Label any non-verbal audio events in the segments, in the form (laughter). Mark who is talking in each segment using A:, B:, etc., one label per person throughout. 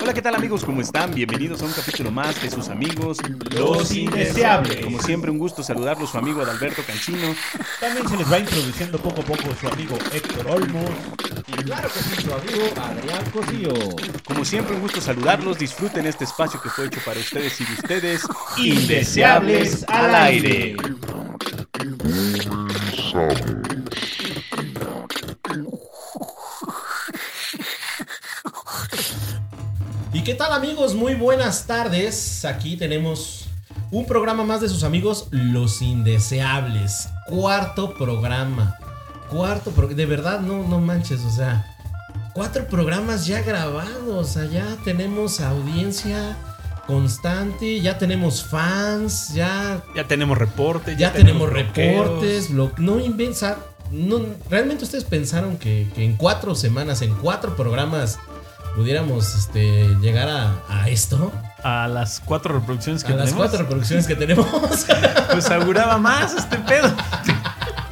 A: Hola, ¿qué tal amigos? ¿Cómo están? Bienvenidos a un capítulo más de sus amigos
B: Los Indeseables.
A: Como siempre, un gusto saludarlos, su amigo Adalberto Cancino.
B: También se les va introduciendo poco a poco su amigo Héctor Olmos.
C: Y claro que sí, su amigo Adrián Cosío.
A: Como siempre, un gusto saludarlos. Disfruten este espacio que fue hecho para ustedes y de ustedes.
B: Indeseables al aire.
C: ¿Y qué tal amigos? Muy buenas tardes. Aquí tenemos un programa más de sus amigos Los Indeseables. Cuarto programa. Cuarto programa. De verdad, no, no manches, o sea. Cuatro programas ya grabados. O sea, ya tenemos audiencia constante. Ya tenemos fans. Ya
B: Ya tenemos reportes.
C: ya tenemos reportes, blog- no invensa. No, ¿Realmente ustedes pensaron que, que en cuatro semanas, en cuatro programas, pudiéramos este, llegar a, a esto?
B: A las cuatro reproducciones
C: A
B: que
C: las
B: tenemos.
C: cuatro reproducciones que tenemos.
B: (laughs) Pues auguraba más este pedo.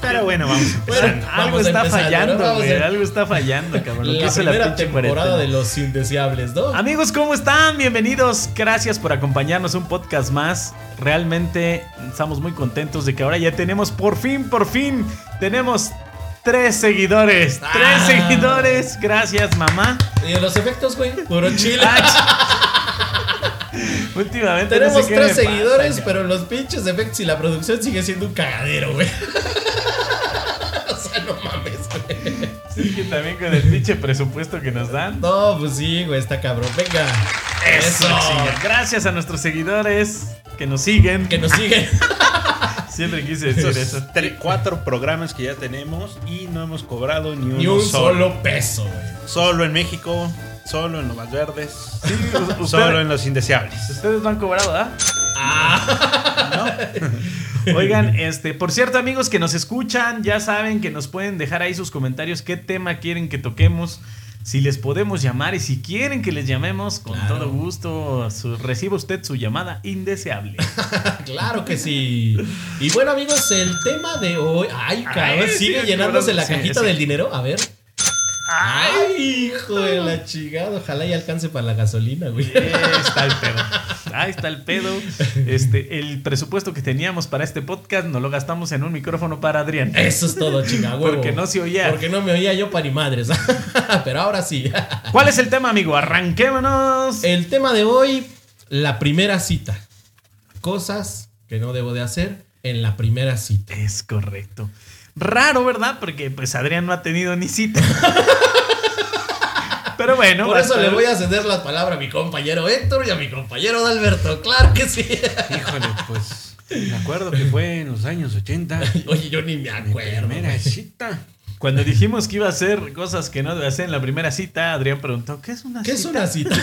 B: Pero bueno, vamos. a empezar.
C: Bueno,
B: algo
C: vamos a
B: está
C: empezar,
B: fallando,
C: ¿no? Vamos a-
B: güey. Algo está fallando, cabrón. ¿Qué
C: la
B: hace la
C: primera
B: pinche
C: temporada
B: cuarentena? Ah.
C: de Los Indeseables, ¿no?
B: Amigos, ¿cómo están? Bienvenidos. Gracias por acompañarnos un podcast más. Realmente estamos muy contentos de que ahora ya tenemos, por fin, por fin, tenemos tres seguidores.
C: Ah.
B: Tres seguidores. Gracias, mamá.
C: Y los efectos, güey, puro chile.
B: Ah, Últimamente no sé
C: tenemos
B: qué me
C: tres
B: pasa,
C: seguidores,
B: cabrón.
C: pero los pinches efectos y la producción sigue siendo un cagadero, güey. (laughs) o sea, no mames, güey.
B: Sí, que (laughs) también con el pinche presupuesto que nos dan.
C: No, pues sí, güey, está cabrón. Venga. Eso.
B: chinga. Gracias a nuestros seguidores que nos siguen.
C: Que
B: (laughs)
C: nos siguen.
B: Siempre quise decir eso.
D: Tre- cuatro programas que ya tenemos y no hemos cobrado ni,
C: Ni
D: uno
C: un
D: solo.
C: solo peso, güey.
D: Solo en México, solo en Lomas Verdes,
B: Sí, u-
D: solo
B: ustedes,
D: en Los Indeseables.
B: ustedes no han cobrado, ¿ah?
C: Ah.
B: (laughs) Oigan, este, por cierto, amigos que nos escuchan, ya saben que nos pueden dejar ahí sus comentarios, qué tema quieren que toquemos, si les podemos llamar y si quieren que les llamemos, con
C: Claro.
B: todo gusto, su- reciba usted su llamada indeseable.
C: Claro que sí. Y bueno, amigos, el tema de hoy. Ay, cabrón,
B: Ay,
C: sigue
B: sí,
C: llenándose
B: cabrón,
C: la
B: sí,
C: cajita
B: sí.
C: del dinero. A ver. Ay, hijo de la chingada. Ojalá y alcance para la gasolina, güey.
B: Eh, está el pedo. Ahí está el pedo. Este, el presupuesto que teníamos para este podcast nos lo gastamos en un micrófono para Adrián.
C: Eso es todo, chinga, huevo.
B: Porque no se oía.
C: Porque no me oía yo para ni madres. (laughs) Pero ahora sí.
B: ¿Cuál es el tema, amigo? Arranquémonos.
C: El tema de hoy, la primera cita. Cosas que no debo de hacer en la primera cita.
B: Es correcto. Raro, ¿verdad? Porque pues Adrián no ha tenido ni
C: (laughs)
B: cita. Pero bueno.
C: Por
B: va
C: eso le
B: estar-
C: voy a ceder la palabra a mi compañero Héctor y a mi compañero Alberto. Claro que sí. (laughs)
D: Híjole, pues me acuerdo que fue en los años 80.
C: Oye, yo ni me
D: Mi
C: acuerdo.
D: primera
C: güey.
D: cita.
B: Cuando dijimos que iba a hacer cosas que no debe hacer en la primera cita, Adrián preguntó, ¿qué es una
C: ¿Qué es
B: cita? (laughs)
C: una cita?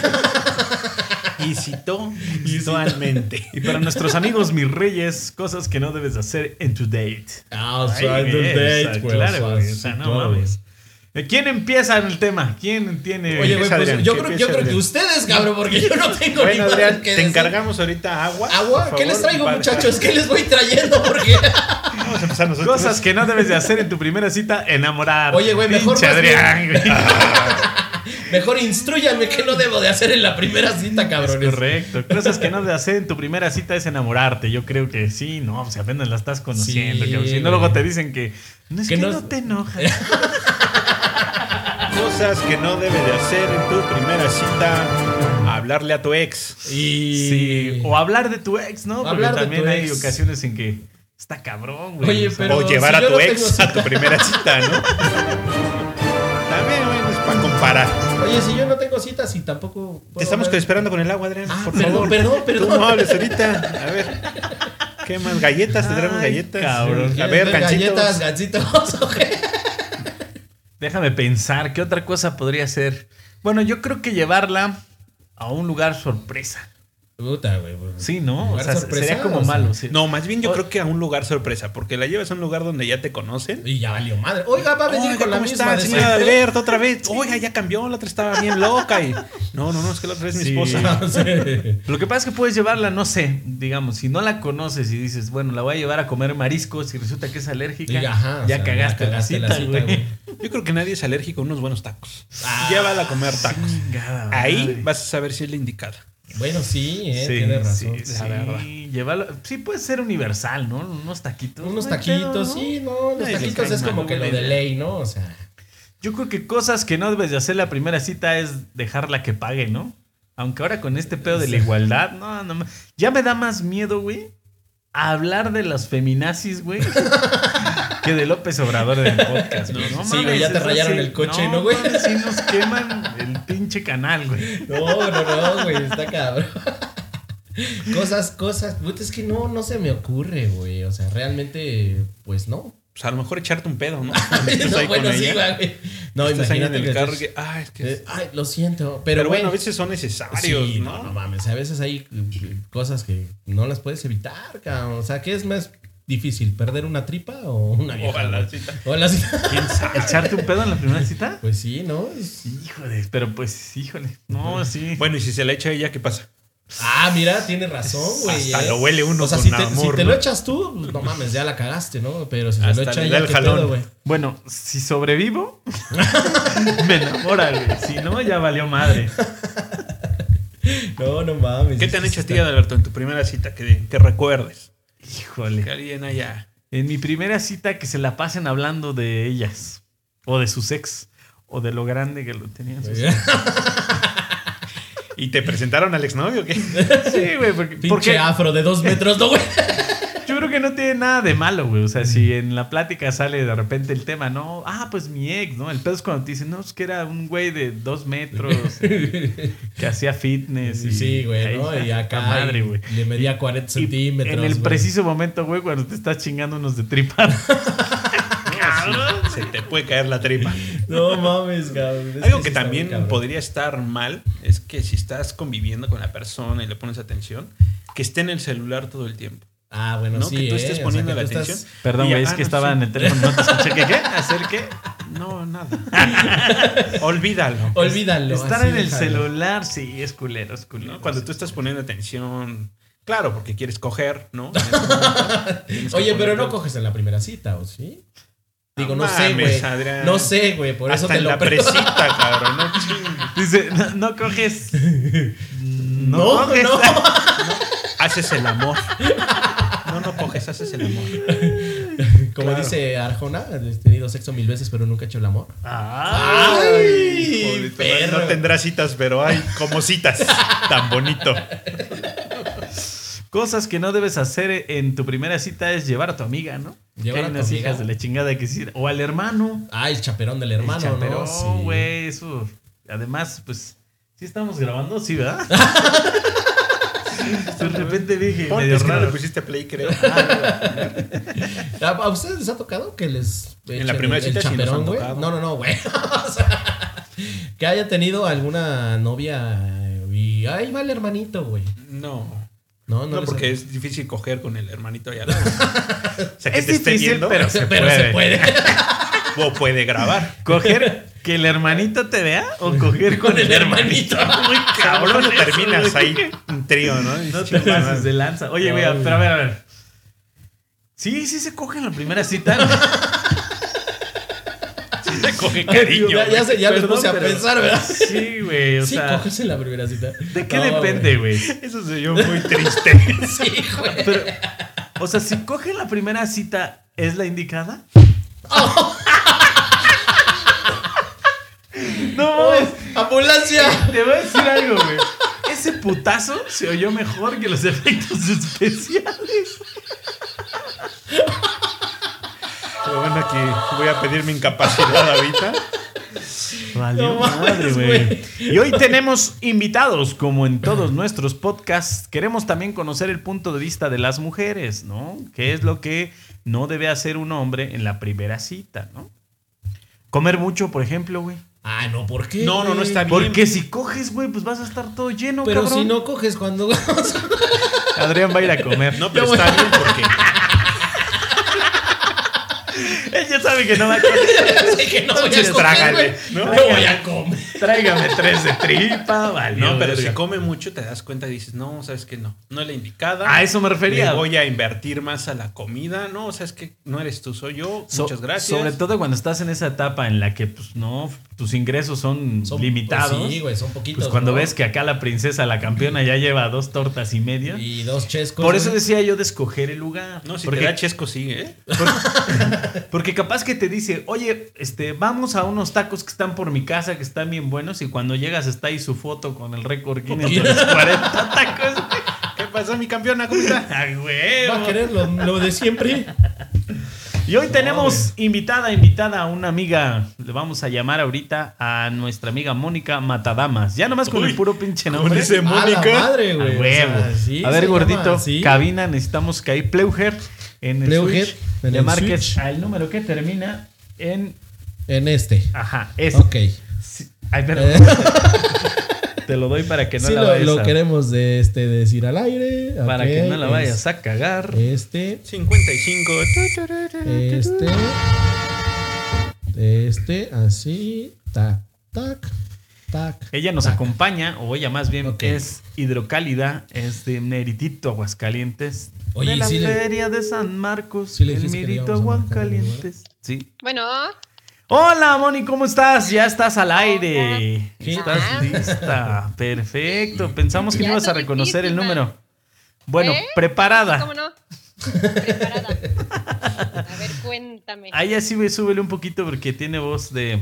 C: (laughs)
D: Y citó visualmente.
B: Y para nuestros amigos mis reyes, cosas que no debes hacer en tu date.
C: Ah, pues, o
B: Ay,
C: sea,
B: güey,
C: the date,
B: o sea,
C: güey,
B: Claro,
C: o sea,
B: güey, o
C: sí,
B: sea, no
C: claro,
B: mames. Eh, ¿Quién empieza en el tema? ¿Quién
C: güey.
B: tiene...?
C: Oye, güey,
D: Empieza
C: pues,
D: Adrián,
C: yo
D: que
C: creo, yo
D: empiece
C: creo que
D: Adrián.
C: ustedes, cabrón, porque yo no tengo ni
D: Bueno,
C: madre
D: Adrián,
C: que
D: te
C: decir.
D: encargamos ahorita agua.
C: Agua,
D: por
C: ¿qué les
D: favor,
C: traigo,
D: para-
C: muchachos? ¿Qué les voy trayendo? Porque. (laughs)
D: Vamos a empezar nosotros.
B: Cosas que no debes de hacer en tu primera cita, enamorar.
C: Oye, güey, mejor
B: Pinche
C: más bien-
B: Adrián, güey.
C: (laughs) Mejor instruyanme qué no debo de hacer en la primera cita, cabrones.
B: Correcto. (laughs) Cosas que no debes hacer en tu primera cita es enamorarte. Yo creo que sí, no, o sea, apenas la estás conociendo.
C: Sí,
B: cabrón. si no,
C: güey.
B: luego te dicen que no es que,
C: Que no-
B: no... te enojas.
D: Cosas que no debes de hacer en tu primera cita. Hablarle a tu ex.
C: Y...
B: Sí, O hablar de tu ex, ¿no? Porque
C: Hablar de
B: también
C: tu
B: hay
C: ex.
B: ocasiones en que está cabrón, güey.
C: Oye,
B: O sea,
C: Pero
D: o llevar
C: si yo
D: a tu
C: no tengo
D: ex
C: cita.
D: a tu primera cita, ¿no? También, bueno, es para comparar.
C: Oye, si yo no tengo citas y tampoco. puedo
D: Te estamos
C: ver-
D: esperando con el agua, Adrián.
C: Ah,
D: por
C: perdón,
D: favor.
C: perdón, perdón.
D: Tú no hables ahorita. A ver. ¿Qué más? ¿Galletas? ¿Te traemos
B: Ay,
D: galletas?
B: cabrón.
D: A
C: ¿Quieres
D: ver, cancitos.
C: galletas, (laughs) gancitos, o qué?
B: Déjame pensar, ¿qué otra cosa podría ser? Bueno, yo creo que llevarla a un lugar sorpresa.
C: Puta, güey. güey.
B: Sí, ¿no? O
C: Lugar
B: sea,
C: sorpresa,
B: sería como
C: o sea.
B: malo. sí.
E: No, más bien yo
B: O-
E: creo que a un lugar sorpresa, porque la llevas a un lugar donde ya te conocen.
C: Y ya valió madre. Oiga, va a venir
E: Oiga,
C: con la
E: ¿cómo
C: misma
E: está,
C: de
E: señor
C: siempre.
E: Alberto, otra vez? Oiga, ya cambió, la otra estaba bien loca y... No, no, no, es que la otra es mi
B: Sí.
E: esposa.
C: (laughs) Sí.
B: Lo que pasa es que puedes llevarla, no sé, digamos, si no la conoces y dices, bueno, la voy a llevar a comer mariscos y resulta que es alérgica,
C: Diga, ajá, o
B: ya,
C: sea,
B: cagaste
C: ya cagaste
B: la
C: la
B: cita,
C: cita,
B: güey.
C: güey.
E: Yo creo que nadie es alérgico a unos buenos tacos.
C: Ah,
E: Llévala a comer tacos.
B: Chingada madre.
E: Ahí vas a saber si es la indicada.
C: Bueno, sí,
B: Sí,
C: eh, tiene razón.
B: Sí,
E: la verdad.
B: llevarla- sí, puede ser universal, ¿no? Unos taquitos.
C: Unos
B: no hay pedo,
C: taquitos,
B: ¿no?
C: sí, no, los
E: Ay,
C: taquitos
E: le
C: es
E: cae
C: como
B: mal,
C: que lo
B: güey.
C: de ley, ¿no? O sea,
B: Yo creo que cosas que no debes de hacer la primera cita es dejarla que pague, ¿no? Aunque ahora con este pedo de la igualdad, no, no. ma- Ya me da más miedo, güey, hablar de las feminazis, güey, (laughs) que de López Obrador del podcast. güey. No,
C: Sí, güey, ya te
B: eso
C: rayaron
B: sí-
C: el coche, ¿no, güey?
B: mames, Sí nos queman el pinche canal, güey.
C: no, no, no, güey, está cabrón. (laughs) Cosas, cosas, puta, es que no, no se me ocurre, güey. O sea, realmente, pues no.
E: Pues a lo mejor echarte un
C: (laughs)
E: pedo, ¿no?
C: No,
E: Estás (laughs) ahí
C: bueno,
E: con
C: sí,
E: ella,
C: güey. No,
E: estás ahí en
C: imagínate
E: el
C: que
E: carro y
C: estés-
E: que, ah, es que...
C: eh, Ay, lo siento, pero,
E: pero bueno,
C: bueno,
E: a veces son necesarios,
C: Sí,
E: ¿no?
C: no, no mames. A veces hay eh, cosas que no las puedes evitar, cabrón. O sea, ¿qué es más difícil? ¿Perder una tripa o una vieja?
E: Ojalá,
C: güey?
E: sí, está.
C: Ojalá sí.
B: ¿Echarte un pedo en la primera cita?
C: (laughs) Pues sí, ¿no? Es-
B: Híjole, pero pues, híjole. No, sí.
E: Bueno, y si se la echa a ella, ¿qué pasa?
C: Ah, mira, tiene razón, güey.
E: Hasta
C: eh.
E: lo huele uno
C: O sea,
E: con
C: si te,
E: amor,
C: si te
E: ¿no?
C: lo echas tú, pues, no mames, ya la cagaste, ¿no? Pero si te lo
E: Hasta
C: echa
E: le
C: ella,
E: da el
C: ¿qué
E: jalón.
C: pedo, güey?
B: Bueno, si sobrevivo, (laughs) me enamora, güey. Si no, ya valió madre.
C: No, no mames.
E: ¿Qué te han
C: Sí,
E: hecho a
C: sí
E: ti, Alberto, en tu primera cita que, que recuerdes? Que
B: Híjole.
E: alguien haya...
B: En mi primera cita, que se la pasen hablando de ellas. O de su sex. O de lo grande que lo tenían. sus-
C: está-
E: ¿Y te presentaron al
C: (laughs)
E: exnovio o qué?
B: Sí, güey. Porque,
C: Pinche
B: porque
C: afro de dos metros, ¿no, güey?
B: yo creo que no tiene nada de malo, güey. O sea, si en la plática sale de repente el tema, ¿no? Ah, pues mi ex, ¿no? El pedo es cuando te dicen, no, es que era un güey de dos
C: (laughs)
B: metros. que hacía fitness. Y,
C: Sí, güey, ¿no?
B: Ay,
C: Y acá.
B: la madre,
C: y
B: güey.
C: Le medía 40
B: Y
C: centímetros.
B: En el
C: güey.
B: preciso momento, güey, cuando te estás chingando unos de tripa.
E: Ah, Se te puede caer la tripa.
C: No mames, cabrón. Es
E: Algo
C: sí
E: que
C: está muy
E: también
C: cabrón.
E: podría estar mal es que si estás conviviendo con la persona y le pones atención, que esté en el celular todo el tiempo.
C: Ah, bueno,
E: ¿no?
C: sí.
E: que tú
C: eh,
E: estés
C: o sea,
E: poniendo
C: que
E: la
C: tú estás-
E: atención.
B: (laughs) Perdón,
E: Y,
B: güey,
E: ah,
B: es que
E: no,
B: estaba
E: sí.
B: en el teléfono. (laughs) No te escuché. ¿Qué? ¿Qué? ¿Hacer qué?
E: No, nada.
C: (laughs)
E: Olvídalo.
C: Olvídalo.
B: Estar
C: así
B: en el
C: déjalo.
B: celular, sí, es culero, es culero.
E: ¿no? Cuando tú estás poniendo atención, claro, porque quieres coger, ¿no?
C: (laughs)
E: En ese momento, tienes que
C: Oye, pero
E: poner-
C: no coges en la primera cita, ¿o sí? Digo, no,
E: No
C: sé,
E: mames,
C: güey.
E: Adrián.
C: No sé, güey. Por eso
E: Hasta
C: te
E: en
C: lo
E: la
C: pregunto.
E: presita, cabrón. No chingues.
B: Dice, no, no coges.
C: (laughs)
B: No,
C: No,
B: coges.
C: no.
E: Haces el amor. No, no coges, haces el amor.
C: Como
E: Claro.
C: dice Arjona, este, he tenido sexo mil veces, pero nunca he hecho el amor.
B: Ah,
C: ¡Ay!
E: No tendrás citas, pero hay como citas. Tan bonito.
B: Cosas que no debes hacer en tu primera cita es llevar a tu amiga, ¿no?
C: Llevar
B: Que
C: a
B: hay
C: tu
B: unas
C: amiga.
B: hijas de la chingada que sí. O al hermano.
C: Ah, el chaperón del
B: El
C: hermano, ¿no?
B: chaperón,
C: Sí.
B: güey, eso. Además, pues, sí estamos grabando, sí,
C: (laughs)
B: ¿verdad? De repente dije,
E: Ponte,
B: medio
E: es que no le
B: raro. Ah,
E: pusiste play, creo.
C: ¿A, a ustedes les ha tocado que les echen
E: la primera
C: el- el
E: cita sí nos
C: chaperón,
E: han
C: güey?
E: tocado.
C: no, no, no, güey. (laughs) O sea, que haya tenido alguna novia y ahí va el hermanito, güey.
E: No.
C: No, no,
E: No,
C: les ha-
E: porque es difícil coger con el hermanito allá. O sea, que
B: Es
E: te esté
B: difícil,
E: viendo,
B: pero
E: se
C: pero se puede.
E: O puede grabar.
B: ¿Coger que el hermanito te vea o coger
C: Con el hermanito.
B: Muy
E: Cabrón,
B: (laughs) cabrón, eso,
E: terminas
B: güey.
E: ahí un trío, ¿no?
B: No te pases de lanza. Oye, güey,
C: Ay.
B: pero a ver, a ver. Sí, sí se coge en la primera
C: (laughs)
B: cita.
E: Te coge cariño.
C: ya ya, se- ya les
B: Perdón,
C: puse a
B: pero-
C: pensar, ¿verdad?
B: Sí, güey, o
C: (laughs) sí,
B: sea.
C: coges en la primera cita.
B: ¿De qué
C: No,
B: depende, güey?
E: Eso se vio muy
B: (laughs)
E: triste.
C: güey. Sí, güey.
B: Pero, o sea, si coge en la primera cita, ¿es la indicada?
C: Oh.
B: (laughs) no mames,
C: Oh. ¡Ambulancia!
B: te voy a decir algo, güey. Ese putazo se oyó mejor que los efectos especiales.
E: Pero bueno, que voy a pedir mi incapacidad ahorita.
B: Valió
C: No
B: madre,
C: mames,
B: güey.
C: güey.
B: Y hoy tenemos invitados, como en todos nuestros podcasts. Queremos también conocer el punto de vista de las mujeres, ¿no? ¿Qué es lo que no debe hacer un hombre en la primera cita, ¿no? Comer mucho, por ejemplo, güey.
C: Ah, no, ¿por qué?
D: No, no, no
C: güey?
D: está bien.
B: Porque si coges, güey, pues vas a estar todo lleno,
C: Pero
B: cabrón.
C: si no coges cuando. (laughs)
B: Adrián va a ir a comer.
D: No, pero está bien porque.
B: Él ya sabe que no va a
C: (laughs)
B: comer.
C: Así que no voy a
B: Entonces,
C: comer,
B: trágale,
C: güey.
B: ¿no?
C: No voy a comer.
B: Tráigame tres de tripa, vale.
D: No, pero
B: verga.
D: si come mucho te das cuenta y dices, no, sabes que no, no es la indicada.
B: A eso me refería.
D: Le voy a invertir más a la comida. No, o sea, es que no eres tú, soy yo.
B: So-
D: Muchas gracias.
B: Sobre todo cuando estás en esa etapa en la que, pues, no, tus ingresos son,
C: Son-
B: limitados.
C: pues sí,
B: pues,
C: güey, son poquitos.
B: cuando
C: ¿no?
B: ves que acá la princesa, la campeona, ya lleva dos tortas y media.
C: Y dos chescos.
B: Por eso
C: güey.
B: decía yo de escoger el lugar.
D: No, si
B: porque,
D: te da chesco, sí, ¿eh?
B: porque (laughs) capaz que te dice, oye, este, vamos a unos tacos que están por mi casa, que están bien buenos, y cuando llegas está ahí su foto con el récord Guinness de los 40 tacos.
D: ¿Qué pasó, mi campeona?
B: (laughs)
D: ¿Cómo está?
B: ¡Ah, huevo!
C: Va a querer lo, lo de (laughs) siempre.
B: Y hoy tenemos invitada, invitada a una amiga. Le vamos a llamar ahorita a nuestra amiga Mónica Matadamas. Ya nomás con
D: Uy,
B: el puro pinche
D: con
B: nombre.
D: ese- De
C: A la
D: Mónica.
C: madre,
B: A
C: güey. O
B: huevo.
C: sea, sí
B: a ver,
C: se
B: gordito,
C: llama, sí.
B: cabina, necesitamos que ahí Pleuger en el
C: Pleuger
B: switch
C: en
B: le
C: el
B: marques
C: switch.
B: al número que termina en.
C: En este.
B: Ajá, es.
C: Ok.
B: Sí. Ay, pero.
C: Eh.
B: (laughs) Te lo doy para que no
C: sí,
B: la
C: lo,
B: vayas
C: lo
B: a-
C: queremos de, este, decir al aire.
B: Para
C: Ok,
B: que no la
C: es-
B: vayas a cagar.
C: Este.
D: 55.
C: Este. Este. Así. Tac, tac, tac.
B: Ella nos
C: tac.
B: acompaña, o ella más bien
C: ah. Ok.
B: es hidrocálida, es de Meritito Aguascalientes.
C: Oye,
B: de la
C: sí le-
B: feria de San Marcos,
C: sí le
B: el
C: dijiste que le
B: Merito
C: íbamos a marcar,
B: Aguascalientes. Sí.
F: Bueno,
B: Hola, Moni, ¿cómo estás? Ya estás al aire.
C: ¿Qué
B: Estás
F: tal?
B: lista. Perfecto. Pensamos que
F: Ah. Ya
B: no ibas a
F: estoy
B: reconocer el
F: listísima.
B: número. Bueno,
F: ¿Eh? ¿cómo
B: preparada.
F: no? Preparada. A ver, cuéntame.
B: Ahí sí me súbele un poquito porque tiene voz de.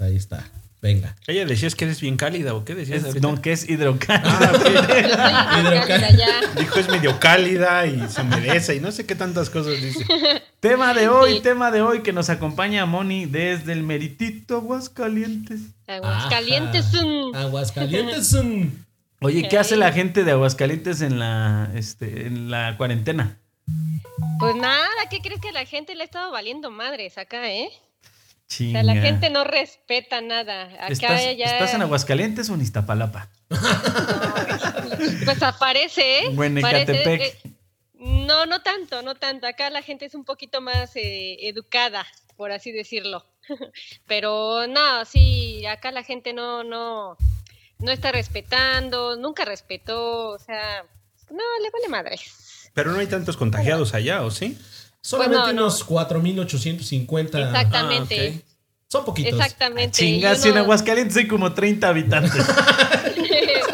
C: Ahí está. Venga.
D: Ella decías que eres bien cálida, ¿o qué decías?
B: Es,
D: ahorita?
B: no, que Ah. es hidrocálida.
F: Yo soy hidrocálida
C: Hidrocal-
F: ya.
D: Dijo es medio cálida y se merece y no sé qué tantas cosas dice.
B: (laughs) Tema de hoy,
F: Sí.
B: tema de hoy que nos acompaña Moni desde el meritito Aguascalientes.
F: Aguascalientes
B: ah.
C: Ajá.
F: un.
C: Aguascalientes. mm.
B: Oye, ¿qué
F: Ok.
B: hace la gente de Aguascalientes en la, este, en la cuarentena?
F: Pues nada, ¿qué crees que la gente le ha estado valiendo madres acá, eh? O
B: Chinga.
F: sea, la gente no respeta nada. Acá
B: ¿Estás,
F: ya.
B: estás en Aguascalientes o en Iztapalapa?
F: Pues aparece, ¿eh?
B: O en
F: Parece,
B: Ecatepec.
F: eh, no, no tanto, no tanto. Acá la gente es un poquito más eh, educada, por así decirlo. (laughs) Pero no, sí, acá la gente no, no, no está respetando, nunca respetó, o sea, no, le vale madre.
B: Ah,
D: Pero no hay tantos contagiados allá, ¿o sí?
C: Solamente
F: Pues no, no.
C: unos 4,850.
B: ah,
F: Exactamente,
D: ok.
C: Son poquitos.
F: exactamente.
B: Chinga,
F: y
B: si en
F: uno-
B: Aguascalientes hay como 30 habitantes.
F: (laughs) Exactamente. Sí.
B: (laughs)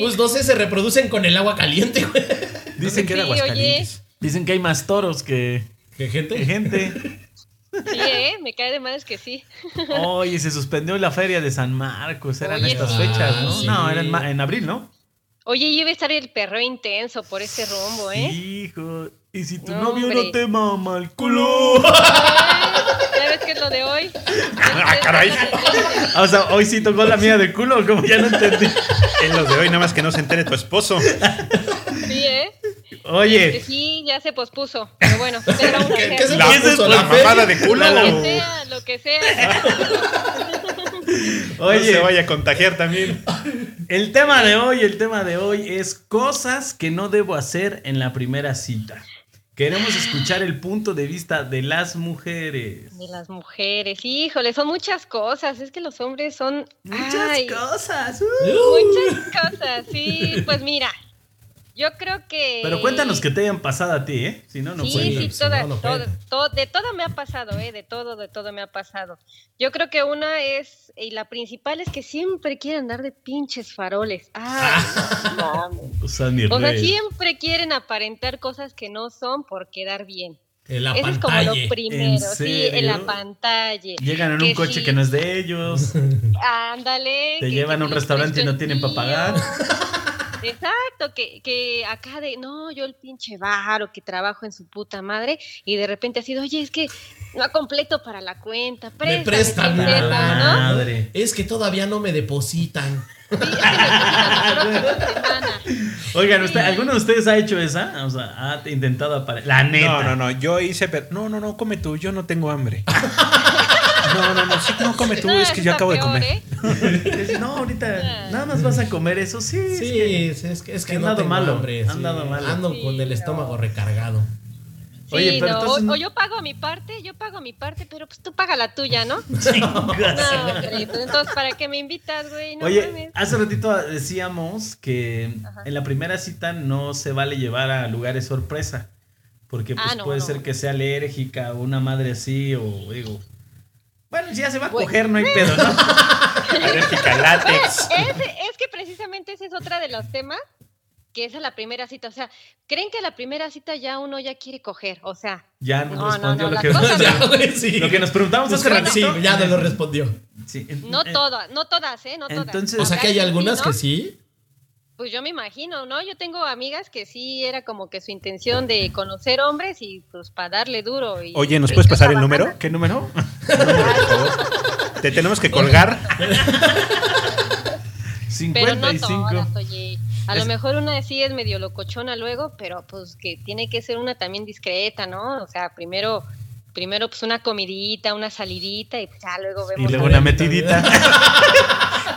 C: Pues no sé, se reproducen con el agua caliente, güey.
D: Dicen que era
F: Sí, oye.
D: Aguascalientes.
B: Dicen que hay más toros que,
C: ¿Qué
B: que
C: gente?
F: (laughs)
B: gente.
F: Sí, ¿eh? me cae de madres que sí.
B: Oye, se suspendió la feria de San Marcos. Eran
F: Oye,
B: estas
F: sí.
B: fechas, ¿no?
C: Ah, sí.
B: No, era en, ma- en abril, ¿no?
F: Oye, iba a estar el perro intenso por ese rumbo, ¿eh?
B: Hijo. Y si tu
F: No,
B: novio no
F: hombre.
B: te mama el
D: (laughs)
B: culo.
F: Ya ves que es lo de hoy.
D: Ah, caray.
B: O sea, hoy sí tocó la mía de culo, como ya no entendí.
D: En los de hoy, nada más que no se entere tu esposo.
F: Sí, ¿eh? Que (laughs)
B: Oye,
F: sí, ya se pospuso. Pero bueno, ¿qué vamos a
C: ¿Qué-
F: hacer?
C: qué se
D: La,
B: Ese es
D: puso la
B: por fe.
D: mamada de culo.
B: La-
F: Lo que
B: la-
F: sea, lo que sea.
D: Oye, se
B: oye,
D: vaya a contagiar (laughs) también.
B: el tema de hoy, el tema de hoy es cosas que no debo hacer en la primera cita. Queremos escuchar el punto de vista de las mujeres.
F: De las mujeres, híjole, son muchas cosas. Es que los hombres son.
B: Muchas
F: ay,
B: cosas. uh.
F: Muchas cosas, sí. Pues mira, yo creo que.
B: Pero cuéntanos que te hayan pasado a ti, ¿eh? Si no, no
F: sí,
B: cuento.
F: sí,
C: Si
F: toda-
C: no, no
F: todo-
C: cuenta.
F: todo- de todo me ha pasado, ¿eh? De todo, de todo me ha pasado. Yo creo que una es, y la principal es que siempre quieren andar de pinches faroles. Ay,
C: Ah.
F: no mames.
B: O sea, ni
F: O sea,
B: rey.
F: siempre quieren aparentar cosas que no son por quedar bien.
C: En la
F: Eso es como
C: pantalla.
F: lo primero, sí, en
B: serio?
F: la pantalla.
B: Llegan en
F: Que
B: un coche
F: sí.
B: que no es de ellos.
F: Ándale.
B: Te
F: que-
B: llevan
F: que
B: a un
F: te lo
B: restaurante y no
F: prestó el
B: tienen para pagar.
F: tío. Exacto, que, que acá de, no, yo el pinche baro que trabajo en su puta madre y de repente ha sido, oye, es que no ha completo para la cuenta,
C: Me
F: préstame,
C: prestan
F: pendejo",
B: nada. (laughs)
F: ¿no?
B: Madre.
C: Es que todavía no me depositan.
F: Sí, es que me quitan la
B: (laughs)
F: próxima semana.
B: Oigan, ¿usted- ¿alguno de ustedes ha hecho esa? O sea, ha intentado aparecer. La neta.
D: No, no, no. Yo hice. pero- No, no, no, come tú. Yo no tengo hambre. (laughs) No, no, no, sí, no come tú, es que yo acabo de comer.
F: ¿eh?
B: No, ahorita
F: (laughs)
B: nada más vas a comer eso. Sí,
C: Sí,
B: sí.
C: es, es que, es que
B: han
C: no
B: dado
C: tengo
B: malo,
C: hambre,
B: han
C: sí.
B: dado malo.
C: Ando
F: Sí,
C: con el
F: no.
C: estómago
F: (laughs)
C: recargado.
B: Oye,
F: Oye,
B: pero entonces no-
F: o, yo pago mi parte, yo pago mi parte, pero pues tú paga la
B: (laughs)
F: tuya, ¿no? No,
B: Chingas.
F: hombre, pues, entonces ¿para qué me invitas, güey? No
B: Oye,
F: mames.
B: hace ratito decíamos que
F: Ajá.
B: en la primera cita no se vale llevar a lugares sorpresa. Porque
F: Ah,
B: pues,
F: no,
B: puede
F: no.
B: ser que sea alérgica o una madre así, o digo. Bueno, si ya se va a
F: Güey.
B: coger, no hay pedo, ¿no? (laughs)
D: Alérgica al látex.
F: Ese- es que precisamente ese es otra de los temas que es a la primera cita. O sea, creen que a la primera cita ya uno ya quiere coger. O sea,
B: Ya
F: No,
B: nos
F: no,
B: respondió
F: no,
B: lo,
F: las
B: que,
C: (laughs)
B: (laughs)
F: cosas
B: ya,
F: no.
C: güey, sí.
B: lo que nos preguntamos hace ratito.
C: Sí, ya nos lo respondió.
F: (laughs)
B: Sí, en-
F: no
B: eh,
F: todas, no todas, ¿eh? No todas.
B: Entonces-
C: O sea que hay
F: Habrá
C: algunas
F: ¿no?
C: que sí.
F: Pues yo me imagino, ¿no? Yo tengo amigas que sí era como que su intención de conocer hombres y pues para darle duro. y-
D: Oye, ¿nos
F: y
D: puedes
F: estoy
D: pasar el
F: trabajando.
D: número?
B: ¿Qué número? (laughs)
D: Te tenemos que colgar.
F: Pero no
B: 55.
F: todas, oye. A
B: Es-
F: lo mejor una sí es medio locochona luego, pero pues que tiene que ser una también discreta, ¿no? O sea, primero, primero pues una comidita, una salidita y pues ya luego
B: y
F: vemos.
B: luego
F: a
B: una
F: ver.
B: metidita.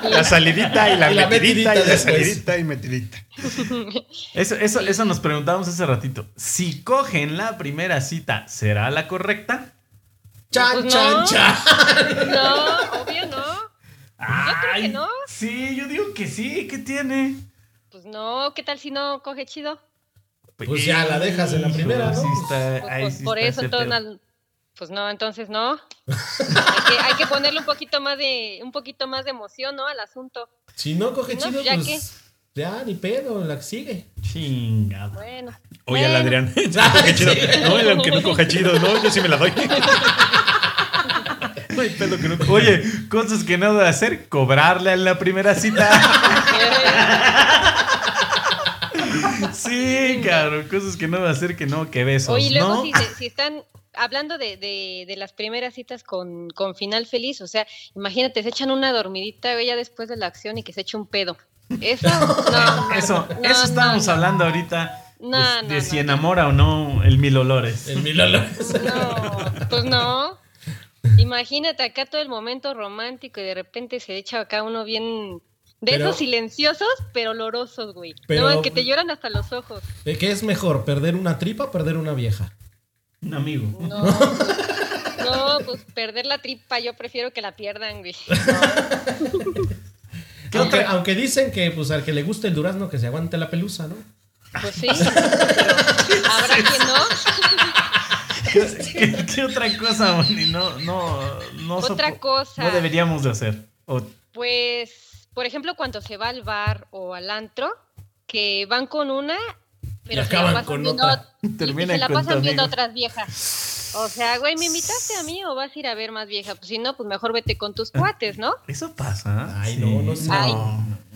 D: La salidita y la,
C: Y la
D: metidita,
C: metidita
D: y la
C: después.
D: salidita y metidita.
B: Eso, eso,
F: Este.
B: eso nos preguntamos hace ratito. Si cogen la primera cita, ¿será la correcta?
C: Chan,
F: Pues no.
C: chan, chan.
F: No, obvio no. Yo creo que no.
B: Sí, yo digo que sí, que tiene.
F: Pues no, ¿qué tal si no coge chido?
C: Pues ya la dejas en la
B: Hijo,
C: primera, ¿no?
B: sí está-
F: Pues,
B: ahí
F: pues,
B: sí
F: por
B: está
F: eso
B: ese
F: entonces,
B: pedo.
F: no- pues no, entonces
B: (laughs)
F: no. hay, que, hay que ponerle un poquito más de, un poquito más de emoción, ¿no? Al asunto.
C: Si no coge
F: No,
C: chido,
F: ya
C: pues
F: qué.
C: ya ni pedo, la que
B: (laughs)
C: sigue.
B: Chingado.
F: Bueno.
D: Oye, al
F: Bueno,
D: (laughs) Adrián. No,
C: (laughs)
D: qué chido. No, el
F: (laughs)
D: que no coja chido, no, yo sí me la doy.
B: No hay pedo que no- Oye, cosas que no debe hacer, cobrarle en la primera
F: (laughs)
B: cita. sí, cabrón, cosas que no debe hacer que no, que besos.
F: Oye, y luego
B: ¿no?
F: si, se- si están hablando de, de- de las primeras citas con, con final feliz, o sea, imagínate, se echan una dormidita güey, ya después de la acción y que se eche un pedo.
B: (laughs)
F: Eso, no, no,
B: Eso, eso
F: no, no,
B: estábamos
F: no.
B: hablando ahorita.
F: No,
B: de,
F: no,
B: de
F: no,
B: si
F: no.
B: enamora o no el mil olores.
C: El mil olores.
F: No, pues no. Imagínate acá todo el momento romántico y de repente se echa acá uno bien de
C: Pero-
F: esos silenciosos pero olorosos, güey.
C: Pero-
F: no, que te lloran hasta los ojos.
C: ¿De qué es mejor, perder una tripa o perder una vieja?
B: Un amigo.
F: No, pues, no, pues perder la tripa, yo prefiero que la
C: (laughs)
F: pierdan, güey.
B: ¿Qué
C: Aunque,
B: otra?
C: aunque dicen que pues al que le gusta el durazno que se aguante la pelusa, ¿no?
F: Pues sí, pero habrá que no.
B: ¿Qué, (laughs) qué- qué otra cosa, Moni? No, no, no.
F: Otra
B: sopo-
F: cosa.
B: No deberíamos de hacer. O-
F: Pues, por ejemplo, cuando se va al bar o al antro, que van con una,
C: Y
F: pero se
C: acaban
F: la pasan
C: con
F: viendo,
B: (laughs)
C: otra.
F: y- y
B: Terminan
F: se la
B: con tu
F: pasan viendo a
B: amigo.
F: otras viejas. O sea, güey, ¿me invitaste a mí o vas a ir a ver más vieja? Pues si no, pues mejor vete con tus
B: (laughs)
F: cuates, ¿no?
B: Eso pasa.
C: Ay, no, no sé.
F: Ay.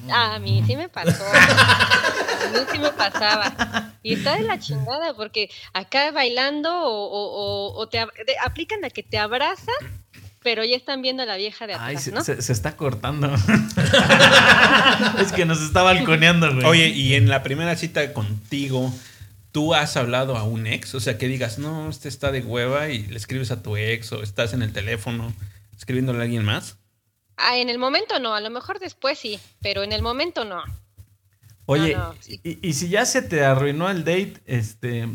F: A mí sí me
B: (laughs)
F: pasó. A mí sí me pasaba. Y está de la chingada, porque acá bailando o, o- o- o te ab- de- aplican la que te abrazan, pero ya están viendo a la vieja de atrás,
B: Ay, se,
F: ¿no?
B: se- se está cortando. (laughs) es que nos está balconeando, güey.
D: Oye, y en la primera cita contigo, ¿tú has hablado a un ex? O sea, que digas, no, este está de hueva y le escribes a tu ex o estás en el teléfono escribiéndole a alguien más.
F: Ah, en el momento no, a lo mejor después sí, pero en el momento no.
B: Oye,
F: no, sí.
B: y, y si ya se te arruinó el date, este,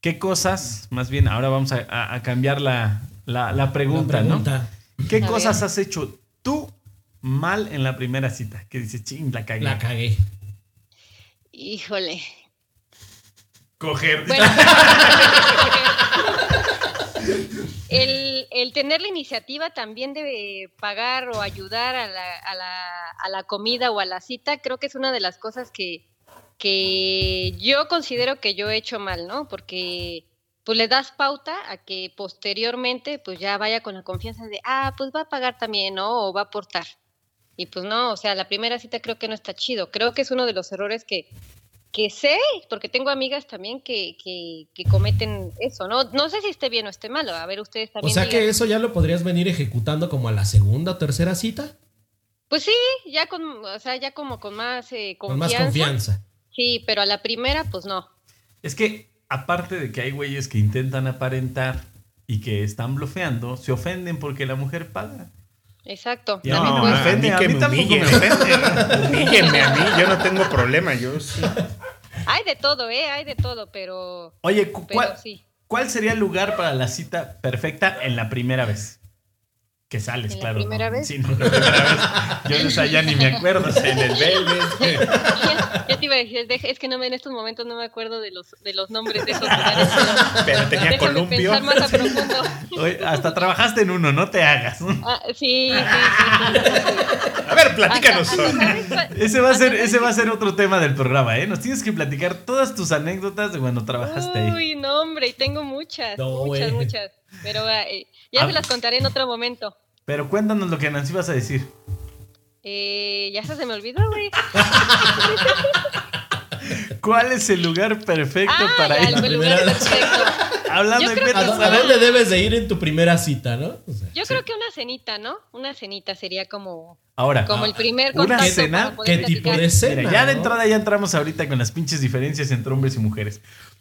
B: ¿qué cosas? Más bien, ahora vamos a, a- a cambiar la, la- la pregunta,
C: La
B: ¿no?
C: pregunta,
B: ¿Qué
F: A
B: cosas
F: ver.
B: has hecho tú mal en la primera cita? Que dices, ching, la cagué.
C: La cagué.
F: Híjole.
B: Coger.
F: Bueno. (laughs) el, el tener la iniciativa también de pagar o ayudar a la, a la- a la comida o a la cita, creo que es una de las cosas que, que yo considero que yo he hecho mal, ¿no? Porque pues le das pauta a que posteriormente pues ya vaya con la confianza de, ah, pues va a pagar también, ¿no? O va a aportar. Y pues no, o sea, la primera cita creo que no está chido. Creo que es uno de los errores que, que sé, porque tengo amigas también que, que, que cometen eso, ¿no? No sé si esté bien o esté malo. A ver, ustedes
C: O
F: también.
C: sea
F: digan.
C: que eso ya lo podrías venir ejecutando como a la segunda o tercera cita.
F: Pues sí, ya con, o sea, ya como con más eh,
C: Con más
F: confianza.
C: confianza.
F: Sí, pero a la primera, pues no.
B: Es que aparte de que hay güeyes que intentan aparentar y que están blofeando, se ofenden porque la mujer paga.
F: Exacto.
B: Y a mí
F: también
B: no
F: puede
B: me
F: ser.
B: ofende,
E: a
B: a
E: mí que
B: mí
E: me
B: tampoco me
E: humillen. (laughs) Humíllenme a mí, yo no tengo problema. Yo sí.
F: Hay de todo, ¿eh? Hay de todo, pero,
B: Oye, cu-
F: pero
B: ¿cuál,
F: sí.
B: cuál sería el lugar para la cita perfecta en la primera vez? Que sales,
F: ¿En la
B: claro.
F: primera
B: ¿no?
F: vez?
B: Sí, no, la primera vez. Yo de esa ya ni me acuerdo. o sea, en el Velvet.
F: Ya te iba a decir, deja- es que no, me- en estos momentos no me acuerdo de los, de los nombres
E: (laughs)
F: de esos lugares. pero
E: Pero tenía
F: Déjame
E: columpio.
F: pensar más a profundo.
B: Oye, hasta trabajaste en uno, no te hagas.
F: Ah, sí, sí, sí, sí, sí, sí.
E: A ver, (laughs) platícanos.
F: Hasta- hasta sabes cuál-
B: Ese va a ser,
F: hasta
B: ese va a ser otro tema del programa, ¿eh? Nos tienes que platicar todas tus anécdotas de cuando trabajaste ahí.
F: Uy, no, hombre, y tengo muchas,
C: No,
F: muchas,
C: güey.
F: muchas. Pero eh,
B: A
F: ya se
B: ver.
F: las contaré en otro momento.
B: Pero cuéntanos lo que Nancy vas a decir.
F: Eh, ya hasta se me olvidó, güey.
B: ¿Cuál es el lugar perfecto
F: Ah,
B: para
F: ya,
B: ir? (laughs)
F: el lugar
C: primera-
F: perfecto.
B: Hablando
F: Yo
B: de
F: creo que
C: ¿A,
B: metas,
C: dó- a
B: a ver,
C: dónde debes de ir en tu primera cita, no? O sea,
F: Yo creo que una cenita, ¿no? Una cenita sería como,
B: Ahora,
F: como el primer
B: ¿una
F: contacto.
B: cena?
F: para poder
C: ¿Qué tipo
F: platicar.
C: de cena?
B: mira, ya de
C: no?
B: entrada ya entramos ahorita con las pinches diferencias entre hombres y mujeres.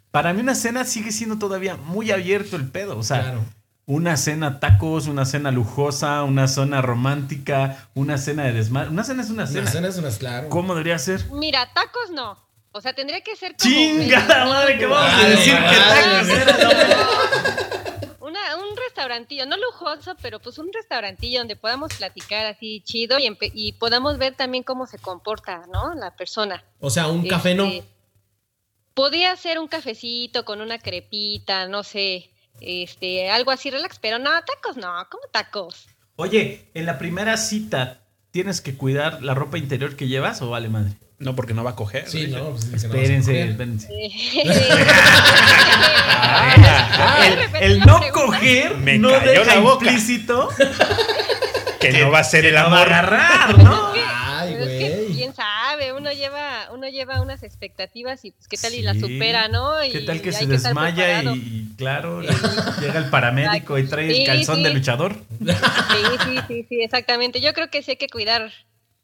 B: Para mí una cena sigue siendo todavía muy abierto el pedo. O sea,
C: Claro.
B: una cena tacos, una cena lujosa, una cena romántica, una cena de desmadre. Una cena es una cena.
C: Una cena es una, claro.
B: ¿Cómo debería ser?
F: Mira, tacos no. O sea, tendría que ser como...
B: ¡Chingada madre que vamos a
C: Vale,
B: decir que tacos eh!
C: vale.
B: era
F: (laughs)
B: lo mejor!
F: Una, un restaurantillo, no lujoso, pero pues un restaurantillo donde podamos platicar así chido y, empe- y podamos ver también cómo se comporta, ¿no? La persona.
C: O sea, un café no.
F: Este, Podía ser un cafecito con una crepita, no sé, este, algo así relax, pero no, tacos no, ¿cómo tacos? (laughs)
B: Oye, en la primera cita, ¿tienes que cuidar la ropa interior que llevas o vale madre?
D: No, porque no va a coger.
C: Sí,
D: dice.
C: no. pues, es que no vas a
B: Espérense,
C: coger.
B: espérense.
F: Eh, (laughs) Ah,
B: El,
F: repetí
B: el
F: la
B: no
F: pregunta.
B: coger
E: Me
B: no
E: cayó
B: deja
E: la boca.
B: implícito
E: Que no va a ser el
B: la va a
E: amor.
B: agarrar, (laughs) ¿no?
C: Ay,
F: Pero Pues es que
C: güey.
F: quién sabe, uno lleva, uno lleva unas expectativas y pues qué tal y las
B: Sí.
F: supera, ¿no? Y
B: ¿Qué tal que
F: hay
B: se
F: estar
B: desmaya
F: preparado.
B: y, y claro, llega el paramédico y trae el
F: Sí,
B: calzón de
F: sí.
B: luchador?
F: Sí, sí, sí, sí, exactamente. Yo creo que sí hay que cuidar.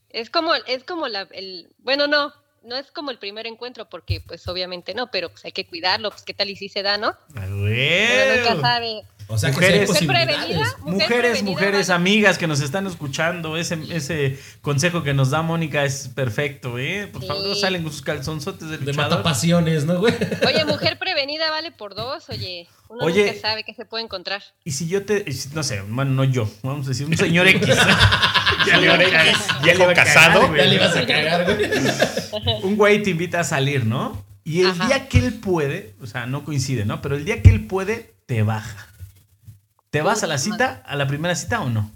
F: Es como, es como la, el, bueno, no, no es como el primer encuentro, porque pues obviamente no, pero pues hay que cuidarlo, pues qué tal y sí se da, ¿no?
B: ¡A
F: Pero
B: huevo!
F: nunca sabe.
C: O sea,
B: Mujeres.
C: que sí hay
F: Mujer
C: posibilidades.
F: prevenida,
B: Mujeres,
F: prevenida,
B: mujeres,
F: vale.
B: amigas que nos están escuchando, ese, ese consejo que nos da Mónica es perfecto, ¿eh? Por favor, no
F: Sí.
B: salen con sus calzonzotes de
C: De
B: luchador.
C: matapasiones, ¿no, güey?
F: Oye, mujer prevenida vale por dos, oye. Uno
B: Oye.
F: nunca sabe qué se puede encontrar.
B: Y si yo te. No sé, bueno, no yo. Vamos a decir, un señor (laughs) X.
E: Ya le va a caer.
B: Ya le va a
E: casado.
B: cagar, güey.
C: Ya le ibas a cagar, güey.
B: Un güey te invita a salir, ¿no? Y el
F: Ajá.
B: día que él puede, o sea, no coincide, ¿no? Pero el día que él puede, te baja. ¿Te vas a la cita, a la primera cita o no?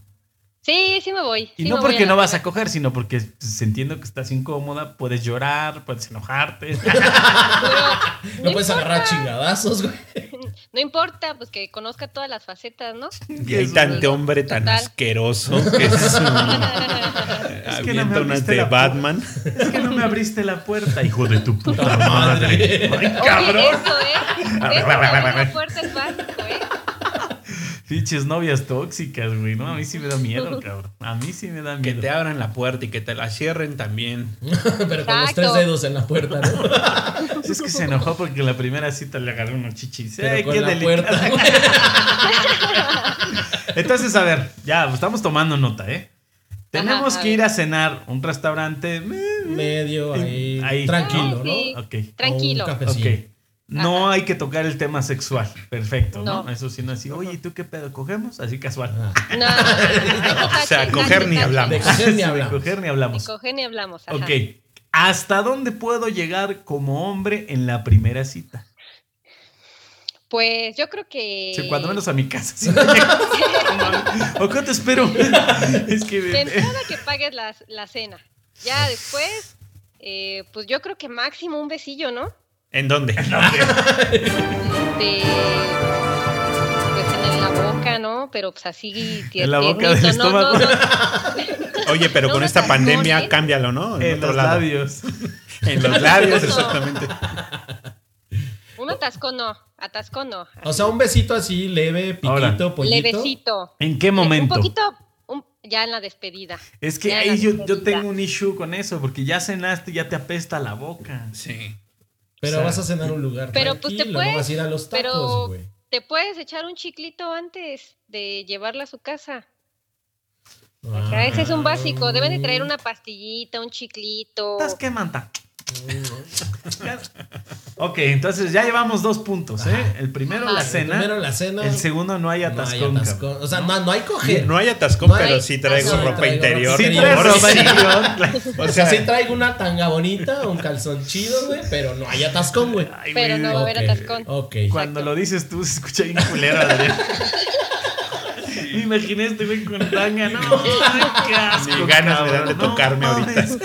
F: Sí, sí me voy.
B: Y
F: sí
B: no
F: me voy
B: porque
F: la
B: no vas a
F: primera.
B: coger, sino porque se entiendo que estás incómoda, puedes llorar, puedes
F: (laughs)
B: enojarte.
F: Pero
C: (laughs) No puedes
F: importa,
C: agarrar chingadazos, güey.
F: No importa, pues que conozca todas las facetas, ¿no?
D: Y hay tanto hombre tan
F: Total.
D: asqueroso que es
B: Es
D: es
B: que no me
D: avienta una
B: abriste
D: de
B: la
D: Batman.
B: Es que no me abriste la puerta, hijo de tu puta (laughs) madre. Ay,
F: Oye,
B: cabrón.
F: eso, ¿eh? Eso de abrir la puerta es básico,
C: (laughs)
F: ¿eh?
B: Pinches novias tóxicas, güey, ¿no? A mí sí me da miedo,
F: (laughs)
B: cabrón. A mí sí me da
D: Que
B: miedo.
D: te abran la puerta y que te la cierren también.
C: (laughs) Pero con los
F: Exacto.
C: tres dedos en la puerta, ¿no?
B: Si es que se enojó porque en la primera cita le agarró unos chichis.
C: Pero
B: Ay,
C: con
B: qué
C: la
B: delicada. (laughs)
C: puerta, güey.
B: Entonces, a ver, ya, pues, estamos tomando nota, ¿eh? Tenemos
F: Ajá, a
B: que
F: ver.
B: ir a cenar a un restaurante. eh,
C: Medio ahí.
B: Ahí.
C: Tranquilo,
F: Ah,
C: ¿no?
F: sí.
B: Ok,
F: Tranquilo.
C: O un
B: ok.
C: cafecito.
B: No hay que tocar el tema sexual. Perfecto, ¿no?
F: No.
B: Eso sí, no así. Oye, ¿y tú qué pedo? ¿Cogemos? Así casual. (laughs)
C: Ah.
F: No, o
E: sea, coger ni hablamos.
C: De coger ni
B: Sí,
C: hablamos.
B: De coger ni hablamos.
F: coger ni hablamos. Ajá.
B: Ok. ¿Hasta dónde puedo llegar como hombre en la primera cita?
F: Pues yo creo que.
B: O sea, cuando menos a mi casa. sí.
F: (laughs)
B: ¿O cuánto espero? es que.
F: De entrada que pagues la, la cena. Ya después, eh, pues yo creo que máximo un besillo, ¿no?
E: ¿En dónde?
F: Este, pues en la boca, ¿no? Pero pues así. tier-
B: En la boca
F: tiernito,
B: del
F: no, no,
B: estómago.
E: Oye, pero
F: No
E: con
F: me
E: esta
F: casó,
E: pandemia
F: ¿eh?
E: cámbialo, ¿no? En
B: en
E: otro
B: los
E: lado.
B: labios.
E: En los labios,
F: No.
E: exactamente.
F: no. Un atascón no. Atascón no.
C: O sea, un besito así leve, piquito,
B: Ahora.
C: pollito.
F: Levecito.
B: ¿En qué momento?
F: Eh, Un poquito. un- ya en la despedida.
B: Es que
F: Ya
B: ahí
F: la
B: yo, yo
F: despedida.
B: tengo un issue con eso, porque ya cenaste y ya te apesta la boca.
D: Sí.
C: Pero
B: O sea,
C: vas a cenar a un lugar
F: Pero, pues, te
C: tranquilo, no
F: puedes-
C: vas a ir a los
F: pero-
C: tacos, güey.
F: te puedes echar un chiclito antes de llevarla a su casa.
C: Ah.
F: Acá ese es un básico. Deben de traer una pastillita, un chiclito.
B: Estás que manta. ok, entonces ya llevamos dos puntos, ¿eh? El primero
F: Ajá.
B: la
F: El
B: cena.
C: primero la cena.
B: El segundo no hay
C: No hay
B: atascón. cabrón.
C: atascón. O sea, no, no hay coger.
E: No hay atascón,
C: No hay
E: pero sí traigo
F: atascón.
E: ropa
C: Traigo
E: interior.
C: ropa
B: Sí,
E: mi
C: interior.
E: amor,
B: tres
E: sí.
B: ropa, claro.
E: O
C: O sea,
E: sea,
C: sí traigo una tanga bonita, un calzón chido, güey, pero no hay atascón, güey.
B: (laughs) Ay,
F: Pero
B: güey,
F: no va a haber
C: Ok,
F: atascón.
C: Ok.
B: Cuando lo dices tú se escucha bien culero, Adrián. Me imaginé este güey con tanga, no, ay, qué asco,
E: Ni ganas me dan de
B: cabrón, no
E: tocarme ahorita.
B: mames.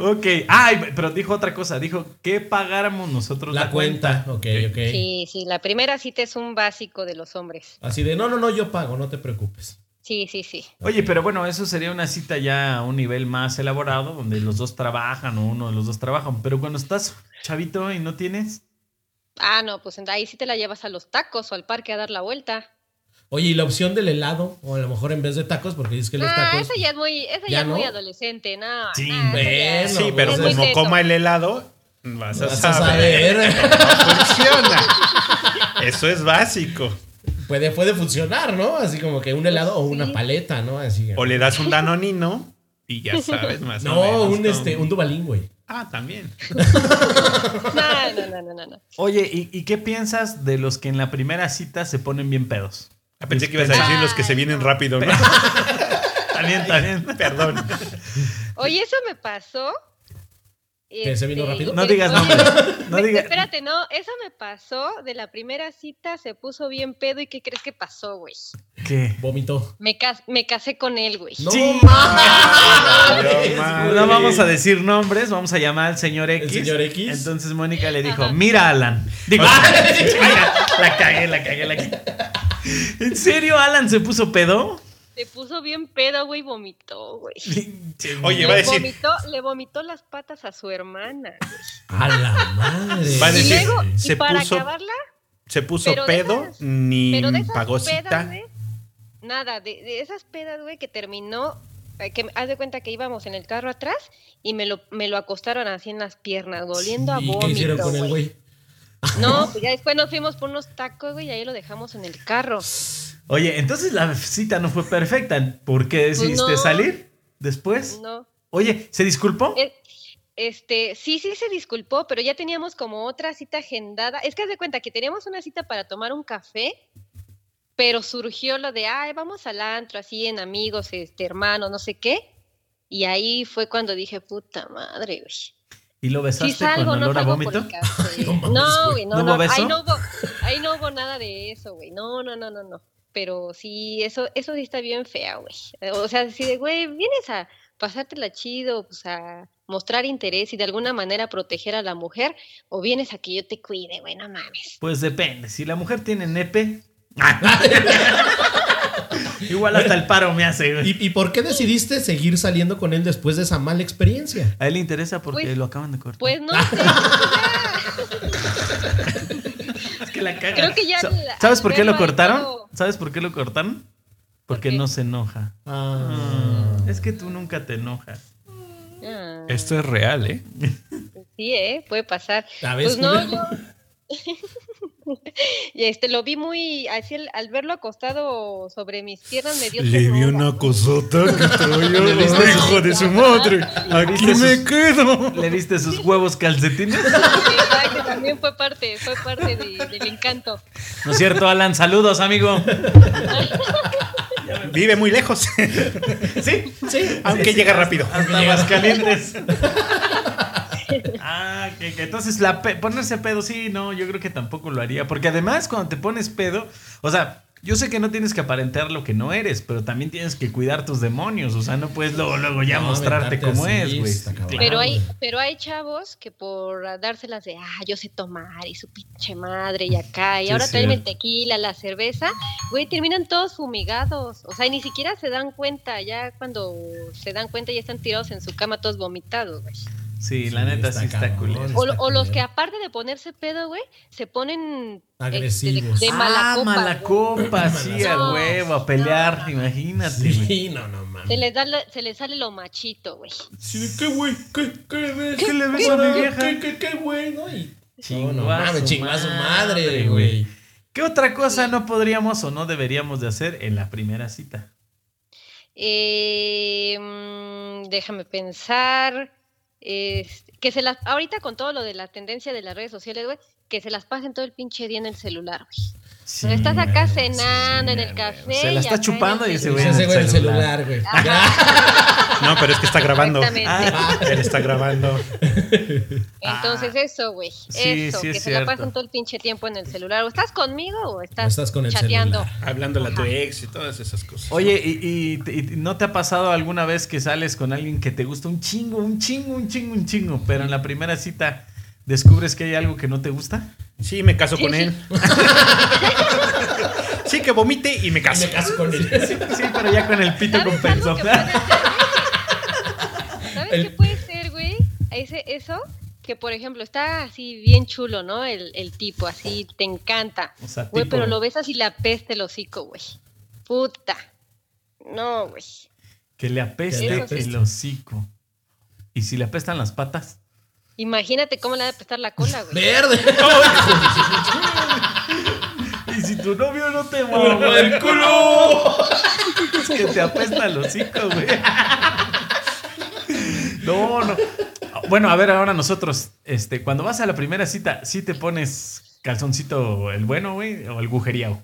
B: Ok, ay, pero dijo otra cosa, dijo que pagáramos nosotros
C: La cuenta. Ok, ok.
F: Sí, sí, la primera cita es un básico de los hombres.
C: Así de, no, no, no, yo pago, no te preocupes.
F: Sí, sí, sí.
B: Oye, pero bueno, eso sería una cita ya a un nivel más elaborado, donde los dos trabajan o uno de los dos trabajan, pero cuando estás chavito y no tienes,
F: Ah, no, pues ahí sí te la llevas a los tacos o al parque a dar la vuelta.
C: Oye, y la opción del helado, o a lo mejor en vez de tacos, porque dices que los
F: Ah,
C: tacos.
F: esa ya es muy, esa ya
C: ¿Ya
F: es muy
C: no?
F: adolescente, no.
B: Sí,
F: no, esa ya-
C: bueno,
E: sí, pero
F: Es muy
E: como
F: teto.
E: coma el helado, vas a
C: Vas a
E: saber.
C: saber. (laughs)
E: No funciona. Eso es básico.
C: puede, puede funcionar, ¿no? Así como que un helado o una
F: Sí.
C: paleta, ¿no? Así.
E: O le das un danonino y ya sabes más o
C: No,
E: menos,
C: un
E: ¿no?
C: este, un dubalín, güey.
E: Ah, también.
F: No, no, no, no, no, no.
B: oye, ¿y, y qué piensas de los que en la primera cita se ponen bien pedos?
E: Ah, Pensé que ibas a decir los que se vienen rápido, ¿no?
B: También, también.
E: Perdón.
F: Oye, eso me pasó.
C: ¿Que se vino rápido?
B: No
F: (laughs)
B: digas
F: oye,
B: nombres. No digas.
F: Espérate, no, eso me pasó de la primera cita, se puso bien pedo y ¿qué crees que pasó, güey?
B: ¿Qué?
C: Vomitó.
F: Me, cas- me casé con él, güey.
C: No
B: Sí.
E: No,
C: mames.
E: mames.
B: No vamos a decir nombres, vamos a llamar al señor X.
C: El señor X. Ah,
B: Entonces Mónica le dijo,
F: Ajá.
B: mira Alan. Digo, mira, la cagué, la cagué, la cagué. ¿En serio Alan se puso pedo?
F: Se puso bien pedo, güey, vomitó, güey.
E: Oye, va a
F: Le
E: decir,
F: vomitó, le vomitó las patas a su hermana.
C: A la madre.
E: Va a
F: Y
E: decir,
F: luego, y
E: se
F: para
E: puso-
F: acabarla,
E: se puso
F: Pero de
E: pedo
F: esas-
E: ni
F: pero de esas
E: pagó
F: pedas,
E: cita.
F: güey, nada, de, de esas pedas, güey, que terminó, eh, que haz de cuenta que íbamos en el carro atrás y me lo, me lo acostaron así en las piernas, volviendo a
C: ¿Y qué hicieron
F: vómito,
C: con el
F: güey.
C: güey?
F: No, pues ya después nos fuimos por unos tacos, güey, y ahí lo dejamos en el
C: (laughs)
F: carro.
B: Oye, entonces la cita no fue perfecta. ¿Por qué decidiste
F: Pues no.
B: salir después?
F: No.
B: Oye, ¿se disculpó?
F: Eh, Este, sí, sí se disculpó, pero ya teníamos como otra cita agendada. Es que haz de cuenta que teníamos una cita para tomar un café, pero surgió lo de, ay, vamos al antro, así en amigos, este, hermanos, no sé qué. Y ahí fue cuando dije, puta madre, güey.
B: ¿Y lo
F: Si
B: besaste con
F: salgo, no
B: olor a
F: salgo por
B: vómito?
F: el café.
C: No mames,
F: No,
C: güey.
F: güey,
B: ¿No
F: no,
B: hubo
F: no,
B: beso?
F: ahí no hubo, ahí no hubo nada de eso, güey. No, no, no, no, no. Pero sí, eso, eso sí está bien fea, güey. O sea, así de, güey, vienes a pasártela chido, pues a mostrar interés y de alguna manera proteger a la mujer, o vienes a que yo te cuide, güey, no mames.
B: Pues depende. Si la mujer tiene
C: (laughs)
B: nepe. Igual hasta el paro me hace, güey.
C: ¿Y, y por qué decidiste seguir saliendo con él después de esa mala experiencia?
B: A él le interesa porque
F: Pues-
B: lo acaban de cortar.
F: Pues no sé,
B: Es que la caga.
F: creo que ya
B: Sa-
F: al- al
B: ¿Sabes por qué lo
F: verlo ahí
B: cortaron?
F: todo-
B: ¿Sabes por qué lo cortaron? Porque
F: qué?
B: no se enoja.
C: Ah.
B: Es que tú nunca te enojas.
F: Ah,
D: Esto es real, ¿eh?
F: sí, eh, puede pasar.
C: ¿La ves,
F: Pues no,
C: culero?
F: yo.
B: (laughs)
F: Y este, lo vi muy. Así al, al verlo acostado sobre mis piernas me dio. ternura.
E: cosota que traía.
B: Le viste
E: ay,
B: sus-
E: de su madre.
B: viste sus-
E: quedo.
B: ¿Le viste
F: (laughs)
B: sus huevos calcetines?
F: Exacto, también fue parte, fue parte de- del encanto.
B: No es cierto, Alan. Saludos, amigo.
F: (laughs)
E: Vive muy lejos.
B: Sí,
C: Sí.
E: Aunque llega rápido.
B: hasta más calientes. Ah, que, que entonces la pe- ponerse pedo, sí, no, yo creo que tampoco lo haría. Porque además, cuando te pones pedo, o sea, yo sé que no tienes que aparentar lo que no eres, pero también tienes que cuidar tus demonios. O sea, no puedes luego, luego ya
C: No,
B: mostrarte
C: Ah, aventarte
B: como
C: así,
B: es, güey.
C: está cabrón.
F: Pero hay,
C: güey.
F: pero hay chavos que por dárselas de, ah, yo sé tomar y su pinche madre y acá, y
B: Sí,
F: ahora
B: es
F: traen el
B: cierto.
F: tequila, la cerveza, güey, terminan todos fumigados. O sea, y ni siquiera se dan cuenta, ya cuando se dan cuenta ya están tirados en su cama todos vomitados, güey.
B: Sí,
C: Sí,
B: la neta sí está
C: cabrón,
B: culero.
F: O,
C: está
F: o los
C: culero.
F: que aparte de ponerse pedo, güey, se ponen eh, de-
C: Agresivos.
F: De,
B: ah,
F: mala copa,
B: mala
F: güey.
B: copa, sí, a
F: No,
B: huevo, a pelear,
F: no.
B: imagínate. güey.
C: Sí, no, no
F: Se
C: mames.
F: les, da la- se les sale lo machito, güey.
C: Sí, de ¿Qué güey? ¿Qué, qué le ves?
B: ¿Qué le ves a mi vieja?
C: ¿Qué, qué, qué güey? No, y...
B: Chingó
C: no, no
B: a
C: mames,
B: su
C: chingó a su
B: madre,
C: madre,
B: güey.
C: güey.
B: ¿Qué otra cosa no podríamos o no deberíamos de hacer en la primera cita?
F: Eh, mm, déjame pensar. es- que se las, ahorita con todo lo de la tendencia de las redes sociales, güey, que se las pasen todo el pinche día en el celular, güey.
B: Sí,
F: estás acá
B: güey,
F: cenando en el
B: güey.
F: café
B: Se
F: y
B: la está
F: acá
B: chupando
F: en
B: y
F: el
B: ese
F: celular.
B: güey en
C: Ese güey en el celular, güey.
B: (laughs)
E: No, pero es que está grabando.
F: Exactamente.
E: Ah, (laughs) él está grabando.
F: Entonces eso, güey.
B: Sí,
F: eso,
B: sí
F: que
B: es
F: se la
B: cierto.
F: pasen todo el pinche tiempo en el celular. ¿O estás conmigo o estás,
C: Estás con el
F: chateando?
C: celular.
D: Hablándole a tu ex y todas esas cosas.
B: Oye, ¿y, y- y- y no te ha pasado alguna vez que sales con alguien que te gusta un chingo, un chingo, un chingo, un chingo, pero en la primera cita descubres que hay algo que no te gusta?
E: Sí, me caso con él. Sí, que vomite y me
C: Y
E: caso.
C: me caso con él.
B: Sí, pero ya con el pito
F: ¿Sabes algo
B: compensó.
F: que puede
B: (laughs)
F: ser? ¿Sabes
C: El-
F: qué puede ser, güey? Ese, eso, que por ejemplo está así bien chulo, ¿no? El, el tipo, así te encanta.
B: O sea,
F: Güey,
B: tipo-
F: pero lo ves así la peste el hocico, güey. Puta. No, güey.
B: Que le
C: Que le
B: apeste
C: apeste.
B: el hocico. ¿Y si le apestan las patas?
F: Imagínate cómo le ha de apestar la cola, güey.
C: Verde.
B: (laughs) ¿Y si tu novio no te mueve el culo? Es que te apesta el hocico, güey. No, no. Bueno, a ver, ahora nosotros, este, cuando vas a la primera cita, ¿sí te pones calzoncito el bueno, güey, o el gujeríao?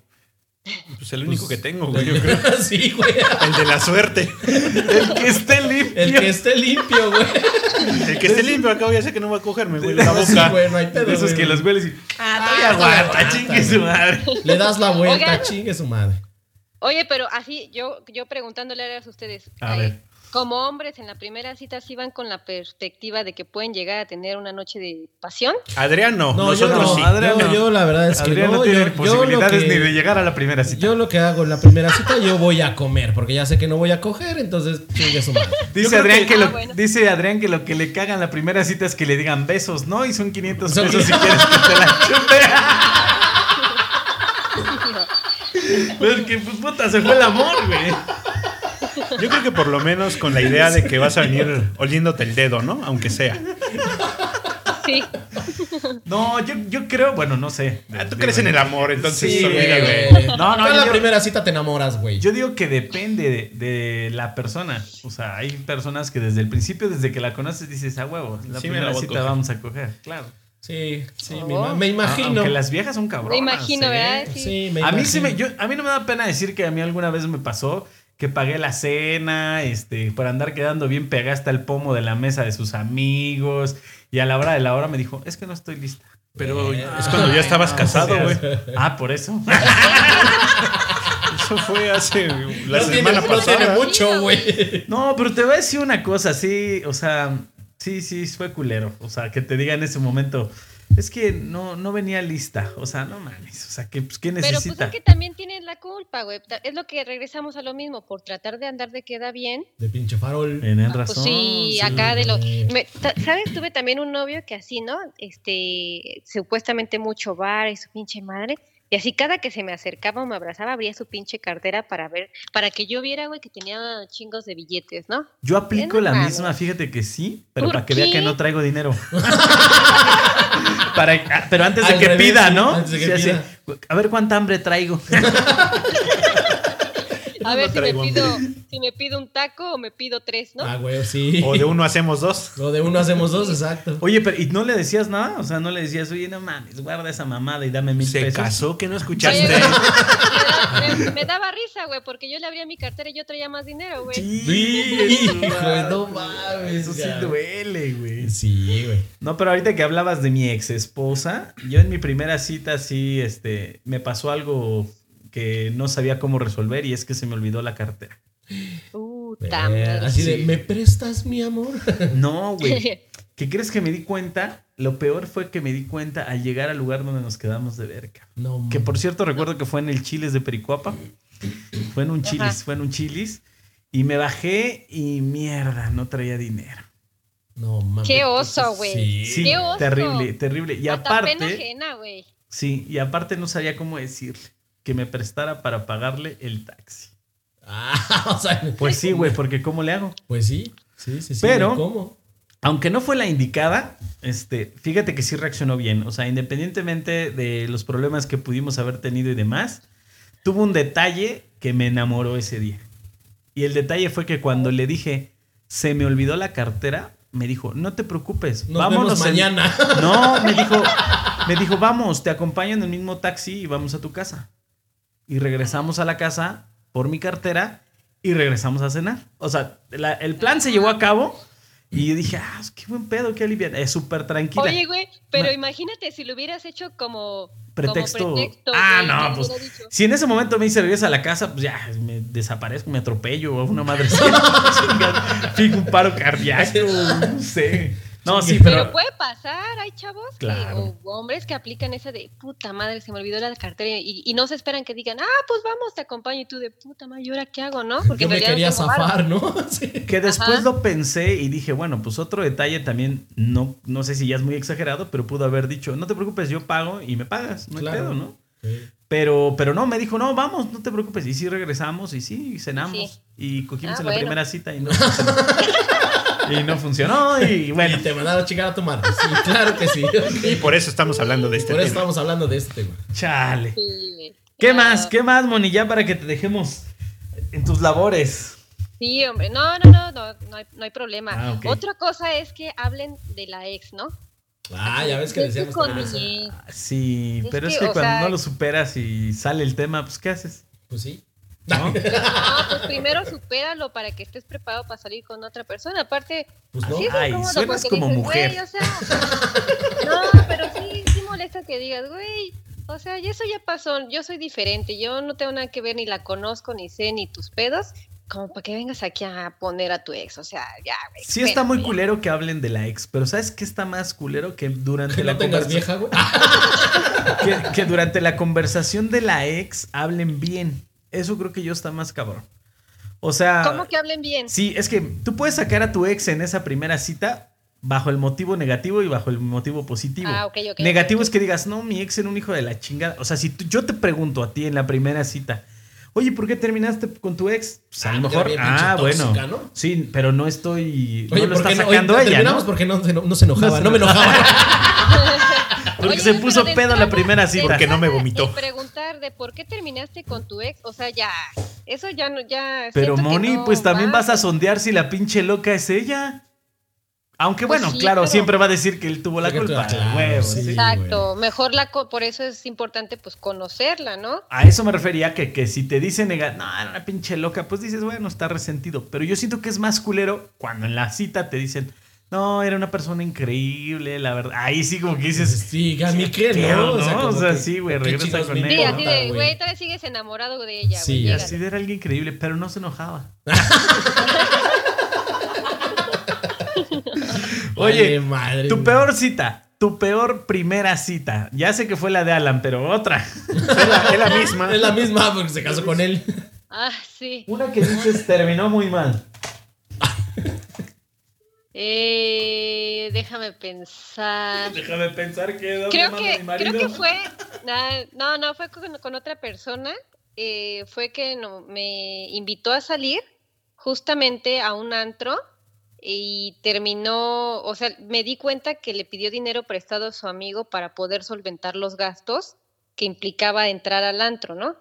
D: Pues el único que tengo, güey, yo creo.
C: (laughs) sí, güey.
E: El de la suerte.
B: El que esté limpio.
C: El que esté limpio, güey.
E: El que esté limpio acá ya sé que no va a cogerme, güey.
C: La
E: La boca.
C: güey, no hay pedo.
B: De esos
C: güey.
B: que los hueles y... Ah, todavía
C: todavía
B: aguanta,
C: aguanta,
B: chingue su madre.
C: Le das la vuelta,
F: Oigan.
C: chingue su madre.
F: Oye, pero así, yo, yo preguntándole a ustedes,
B: A
F: eh,
B: ver.
F: como hombres en la primera cita sí van con la perspectiva de que pueden llegar a tener una noche de pasión. (laughs)
E: Adrián no,
C: No, yo
E: nosotros
C: no.
E: sí.
B: Adrián
C: yo,
B: no.
C: yo la verdad es que
B: Adrián
C: no.
B: no tiene
C: yo, yo lo
B: posibilidades
C: que,
B: ni de llegar a la primera cita.
C: yo lo que hago en la primera cita, yo voy a comer, porque ya sé que no voy a coger, entonces chingue su madre.
B: Dice
D: creo
B: Adrián, que,
F: que-
B: lo,
F: Ah, bueno.
B: dice Adrián que lo que le cagan la primera cita es que le digan besos, ¿no? Y son 500
C: Son
B: pesos si quieres que te la chupe. (laughs) Porque, pues, puta, se fue el amor, güey.
E: Yo creo que por lo menos con la idea de que vas a venir oliéndote el dedo, ¿no? Aunque sea.
F: Sí.
B: No, yo, yo creo, bueno, no sé.
E: Ah, tú crees en el amor, entonces
B: Sí,
E: olvídalo.
B: güey. No, no,
C: Tú en la
B: yo-
C: primera cita te enamoras, güey.
B: Yo digo que depende de, de la persona. O sea, hay personas que desde el principio, desde que la conoces, dices, a huevo, la
D: Sí, me la
B: primera
D: voy a
B: cita
D: coger".
B: vamos a coger, claro.
C: Sí, sí,
F: Oh.
C: me, ima- me
B: A-
C: imagino.
B: Aunque las viejas son cabronas.
F: Me imagino,
B: ¿eh?
F: ¿verdad? Sí.
C: Sí, me
B: a mí sí
C: imagino.
B: me, yo- a mí no me da pena decir que a mí alguna vez me pasó que pagué la cena, este, por andar quedando bien pegada hasta el pomo de la mesa de sus amigos y a la hora de la hora me dijo, es que no estoy lista.
D: Pero
E: Es cuando ya estabas casado, güey.
B: Ah, por
C: (laughs)
B: eso.
E: Eso fue hace la
C: No tiene,
E: semana
C: no tiene
E: pasada.
C: mucho, güey.
B: No, pero te voy a decir una cosa, sí, o sea, sí, sí, fue culero. O sea, que te diga en ese momento, es que no, no venía lista. O sea, no mames. O sea, que pues, ¿qué
F: Pero pues
B: necesita?
F: es que también tienes la culpa, güey. Ta- Es lo que regresamos a lo mismo, por tratar de andar de queda bien.
C: De pinche farol.
B: Tienen
F: Pues
B: razón.
F: sí,
C: sí,
F: acá de los...
C: güey.
F: me- ta- ¿Sabes? Tuve también un novio que así, ¿no? Este, supuestamente mucho bar y su pinche madre. Y así cada que se me acercaba o me abrazaba, abría su pinche cartera para ver, para que yo viera, güey, que tenía chingos de billetes, ¿no?
B: Yo aplico
F: Qué
B: la
F: normal.
B: misma, fíjate que sí, pero
F: ¿Por
B: para que vea que
F: qué?
B: no traigo
F: (laughs)
B: dinero. Para- ah, pero antes de
C: Al
B: que
C: revés,
B: pida,
C: sí,
B: ¿no?
C: antes de que
B: Sí, así,
C: pida.
B: a ver cuánta hambre traigo.
F: A ver si me
E: traigo
F: pido, si me pido un taco o me pido tres, ¿no?
C: Ah,
B: (laughs)
C: güey, sí.
E: O de uno hacemos dos.
C: Lo de uno hacemos dos, exacto.
B: Oye, pero ¿y no le decías nada? O sea, no le decías, oye, no mames, guarda esa mamada y dame mil
D: se
B: pesos.
D: casó que no
F: Oye,
D: escuchaste.
F: me, da- me- me daba risa, güey, porque yo le abría mi cartera y yo traía más dinero, güey.
B: Sí,
C: Hijo, no mames,
B: Eso sí
C: ya.
B: duele, güey.
C: Sí, güey.
B: No, pero ahorita que hablabas de mi ex esposa, yo en mi primera cita sí, este, me pasó algo que no sabía cómo resolver y es que se me olvidó la (laughs) cartera.
F: Puta
C: Eh,
F: madre.
C: así de, ¿me prestas mi amor? (laughs)
B: No,
F: (laughs)
B: güey. ¿Qué crees que me di cuenta? Lo peor fue que me di cuenta al llegar al lugar donde nos quedamos de verga.
C: No,
B: Que por cierto, recuerdo que fue en el Chiles de Pericuapa. Fue en un
F: Ajá.
B: Chilis, fue en un Chilis. Y me bajé y mierda, no traía dinero.
C: no mames. pues,
F: Qué oso, güey.
C: Sí.
B: Sí,
F: ¡Qué oso!
B: terrible, terrible. Y
F: Hasta pena
B: aparte,
F: ajena, güey.
B: sí, y aparte no sabía cómo decirle que me prestara para pagarle el taxi.
C: Ah, (laughs) o sea,
B: Pues sí, güey, porque ¿cómo le hago?
C: pues sí. Sí, sí, sí.
B: Pero-
C: ¿Cómo?
B: aunque no fue la indicada, este, fíjate que sí reaccionó bien. O sea, independientemente de los problemas que pudimos haber tenido y demás, tuvo un detalle que me enamoró ese día. Y el detalle fue que cuando le dije, se me olvidó la cartera, me dijo, no te preocupes,
C: Nos
B: vámonos
C: vemos
B: el-
C: mañana.
B: No, me dijo, me dijo, vamos, te acompaño en el mismo taxi y vamos a tu casa. Y regresamos a la casa por mi cartera y regresamos a cenar. O sea, la- el plan se llevó a cabo y yo dije, ah, qué buen pedo, qué alivia. Es súper tranquila.
F: Oye, güey, pero
B: No.
F: imagínate si lo hubieras hecho como
B: pretexto.
F: Como pretexto
B: ah,
F: güey,
B: no,
F: que
B: pues.
F: hubiera dicho.
B: Si en ese momento me dice regresa a la casa, pues ya me desaparezco, me atropello o una madre. (laughs) Chinga, Fijo un paro cardíaco, no sé. No, sí,
F: Pero,
B: pero.
F: puede pasar, hay chavos que-
B: Claro.
F: o hombres que aplican esa de puta madre, se me olvidó la cartera y, y no se esperan que digan, ah, pues vamos, te acompaño y tú de puta madre, ¿y ahora qué
B: (laughs)
F: hago, no?
C: Yo
F: en
C: me
F: realidad no
C: quería
F: tengo varo.
C: zafar, ¿no? (laughs) Sí.
B: Que después
F: Ajá.
B: lo pensé y dije, bueno, pues otro detalle también, no, no sé si ya es muy exagerado, pero pudo haber dicho, no te preocupes, yo pago y me pagas, no hay
C: Claro.
B: pedo, ¿no?
C: Sí.
B: Pero, pero no, me dijo, no, vamos, no te preocupes. Y sí regresamos y sí, cenamos.
F: Sí.
B: Y cogimos
F: Ah,
B: en la
F: bueno.
B: primera cita y no funcionó. (laughs) y no funcionó y bueno.
C: Y te mandaron a chingar a tu madre. Sí, claro
B: (laughs)
C: que sí.
E: Y por eso estamos hablando de este
C: Por eso
E: tema.
C: estamos hablando de este, güey.
B: Chale.
F: Sí,
B: (laughs) ¿Qué
F: claro.
B: más? ¿Qué más, Moni? Ya para que te dejemos en tus labores.
F: Sí, hombre, no, no, no, no, no hay, no hay problema.
B: Ah, ok.
F: Otra cosa es que hablen de la ex, ¿no?
C: Ah, ya ves que
F: Yo estoy
C: decíamos
F: con
C: también eso.
B: ¿eh?
F: mi ex.
B: Sí,
F: Es
B: pero
F: que,
B: es que
F: o
B: cuando
F: sea-
B: no lo superas y sale el tema, pues ¿qué haces?
C: Pues sí.
B: ¿No?
F: No, pues primero supéralo para que estés preparado para salir con otra persona. Aparte,
C: Pues no.
F: sí es
B: Ay,
F: incómodo
B: suenas
F: porque
B: como
F: dices,
B: mujer.
F: "Güey, o sea, (laughs) no, pero sí, sí molesta que digas, güey, o sea, y eso ya pasó, yo soy diferente, yo no tengo nada que ver, ni la conozco, ni sé, ni tus pedos, como para que vengas aquí a poner a tu ex, o sea, ya, güey.
B: Sí está muy
F: espérate.
B: culero que hablen de la ex, pero ¿sabes qué está más culero? Que durante,
C: Que
B: la,
C: no tengas
B: conversa- Ah,
C: vieja, güey.
B: que, que durante la conversación de la ex hablen bien. Eso creo que yo está más cabrón. O sea...
F: ¿Cómo que hablen bien?
B: Sí, es que tú puedes sacar a tu ex en esa primera cita bajo el motivo negativo y bajo el motivo positivo.
F: Ah, ok, ok.
B: negativo es que digas, no, mi ex era un hijo de la chingada. O sea, si tú- yo te pregunto a ti en la primera cita, oye, ¿por qué terminaste con tu ex? Pues a
C: Ah,
B: lo
C: ya
B: mejor,
C: bien pinche
B: ah, bueno.
C: tóxica, ¿no?
B: Sí, pero no estoy.
C: Oye,
B: no lo
C: ¿por
B: está
C: qué no? Oye,
B: sacando ella.
C: terminamos
B: ¿no?
C: porque no, no- no se enojaba,
B: No se
C: no me enojaba.
B: Porque
F: (laughs) Oye,
B: se
F: no,
B: puso
F: pero de
B: pedo la
F: entrada-
B: primera
F: de
B: cita.
E: Porque no me
F: entrada,
E: vomitó.
F: el preguntar de por qué terminaste con tu ex, o sea, ya, eso ya no, ya.
B: Pero
F: siento que
B: Moni,
F: no
B: pues también
F: va.
B: vas a sondear si la pinche loca es ella. Aunque
F: Pues
B: bueno,
F: sí,
B: claro,
F: pero-
B: siempre va a decir que él tuvo la
C: Que tú-
B: culpa.
C: claro,
B: Huevo,
C: sí.
B: sí.
F: Exacto, mejor la, co- por eso es importante pues conocerla, ¿no?
B: A eso me refería que, que si te dice nega, no, era una pinche loca, pues dices, bueno, está resentido. Pero yo siento que es más culero cuando en la cita te dicen, no, era una persona increíble, la verdad. Ahí (laughs) sí como que dices,
C: Sí, a mí qué,
B: Pero,
C: ¿no?
B: ¿no?
C: como
B: O sea,
C: que-
B: sí, güey,
C: ¿qué
B: regresa
C: chingados
B: con
C: me
B: él,
F: Sí,
B: Neta,
F: así de,
C: importa,
F: güey, todavía sigues enamorado de ella,
C: Sí,
F: güey. llégale.
B: así era alguien increíble, pero no se enojaba. Oye,
C: Vale, madre.
B: tu peor cita, tu peor primera cita. Ya sé que fue la de Alan, pero otra.
E: Es la, es la misma.
C: Es la misma porque se casó con él.
F: Ah, sí.
B: Una que dices terminó muy mal.
F: Eh, déjame pensar.
B: Déjame pensar que ¿dónde
F: Creo
B: mando a
F: que,
B: mi
F: creo
B: marido?
F: que fue, na- no, no, fue con, con otra persona. eh, fue que no- me invitó a salir justamente a un antro y terminó, o sea, me di cuenta que le pidió dinero prestado a su amigo para poder solventar los gastos que implicaba entrar al antro, ¿no?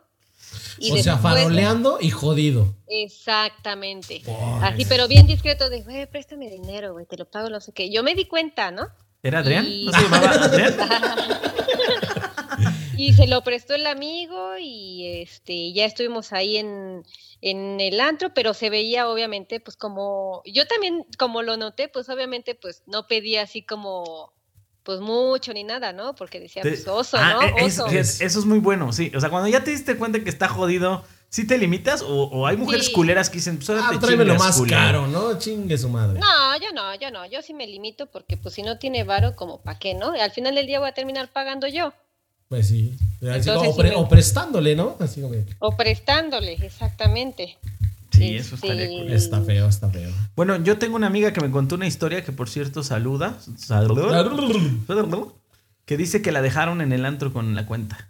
F: Y
C: o sea,
F: después-
C: faroleando y jodido.
F: Exactamente.
C: Por-
F: Así, pero bien discreto, de, güey, préstame dinero, güey, te lo pago, no sé qué. Yo me di cuenta, ¿no?
B: ¿Era Adrián?
F: Y-
B: ¿No se
F: (laughs)
B: llamaba Adrián?
F: Y se lo prestó el amigo y este ya estuvimos ahí en, en el antro, pero se veía obviamente pues como yo también como lo noté, pues obviamente pues no pedía así como pues mucho ni nada, ¿no? Porque decía
B: Te-
F: pues oso,
B: Ah,
F: ¿no?
B: e- es-
F: Oso.
B: fíjate, Eso, es muy bueno, sí. O sea, cuando ya te diste cuenta que está jodido, ¿sí te limitas? ¿O, o hay mujeres
F: Sí.
B: culeras que dicen, pues ahora
C: Ah,
B: te
C: tráemelo
B: chingas,
C: más
B: culero"?
C: caro, ¿no? Chingue su madre.
F: No, yo no, yo no, yo sí me limito porque pues si no tiene varo como para qué, ¿no? Al final del día voy a terminar pagando yo
C: Pues sí. Así como-
F: Entonces,
C: o, pre-
F: sí,
C: o
F: güey.
C: prestándole, ¿no? Así como. que-
F: o prestándole, exactamente.
B: Sí, eso estaría
F: Este,
B: cool.
C: Está feo, está feo.
B: Bueno, yo tengo una amiga que me contó una historia que, por cierto, saluda. Saluda. Que dice que la dejaron en el antro con la cuenta.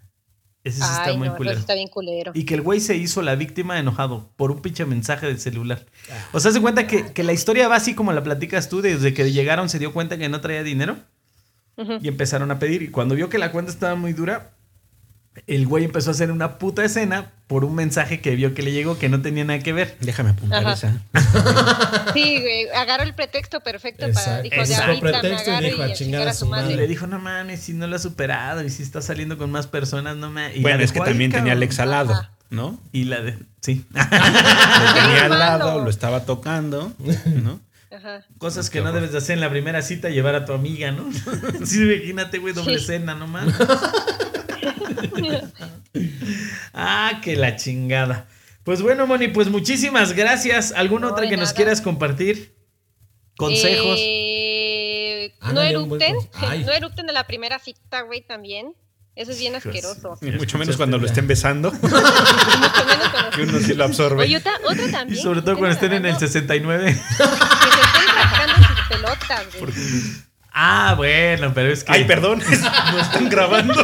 B: Ese sí está
F: Ay,
B: muy
F: no, eso sí
B: culero.
F: está bien culero.
B: Y que el güey se hizo la víctima enojado por un pinche mensaje del celular.
D: Ah.
B: O sea, se cuenta que, que la historia va así como la platicas tú, desde que llegaron se dio cuenta que no traía dinero
F: Ujú.
B: y empezaron a pedir. Y cuando vio que la cuenta estaba muy dura, el güey empezó a hacer una puta escena por un mensaje que vio que le llegó que no tenía nada que ver.
D: Déjame apuntar
F: Ajá.
D: esa.
F: Sí, güey, agarró el pretexto perfecto para.
C: Exacto.
F: Dijo, de
B: Exacto.
F: ahorita me
C: Pretexto y
F: agarro y
C: dijo, a
F: a chingar a su
B: Y
F: madre.
B: le dijo, no mames, si no lo ha superado y si está saliendo con más personas, no mames. Y la
D: Bueno, es
B: dejó
D: que
B: ahí,
D: también tenía
B: cabrón.
D: al ex al lado,
F: Ajá. (laughs)
D: ¿no?
B: Y la de... Sí.
D: Lo tenía al
F: hermano.
D: lado, lo estaba tocando, ¿no?
F: Ajá.
B: Cosas que no debes de hacer en la primera cita, llevar a tu amiga, ¿no? (laughs) sí, imagínate, güey, doble
F: Sí.
B: cena, no
F: (laughs)
B: mames. ah, que la chingada. Pues bueno, Moni, pues muchísimas gracias. ¿Alguna
F: No,
B: otra
F: de
B: que nos
F: nada.
B: quieras compartir? Consejos.
F: Eh, no
C: Ándale, un buen
F: eructen.
C: consejo. Ay.
F: No eructen de la primera cita, güey, también. Eso es bien asqueroso.
E: Y mucho menos cuando lo estén besando,
F: Mucho menos cuando-
E: (laughs) que uno sí lo absorbe.
F: Oye, otra, otra
B: Y
F: también.
B: sobre todo cuando estén en el
F: agarrando-
B: 69.
F: Que se estén rascando sus pelotas, güey.
B: (laughs) ah, bueno, pero es que.
E: Ay, perdón, (laughs) no están grabando.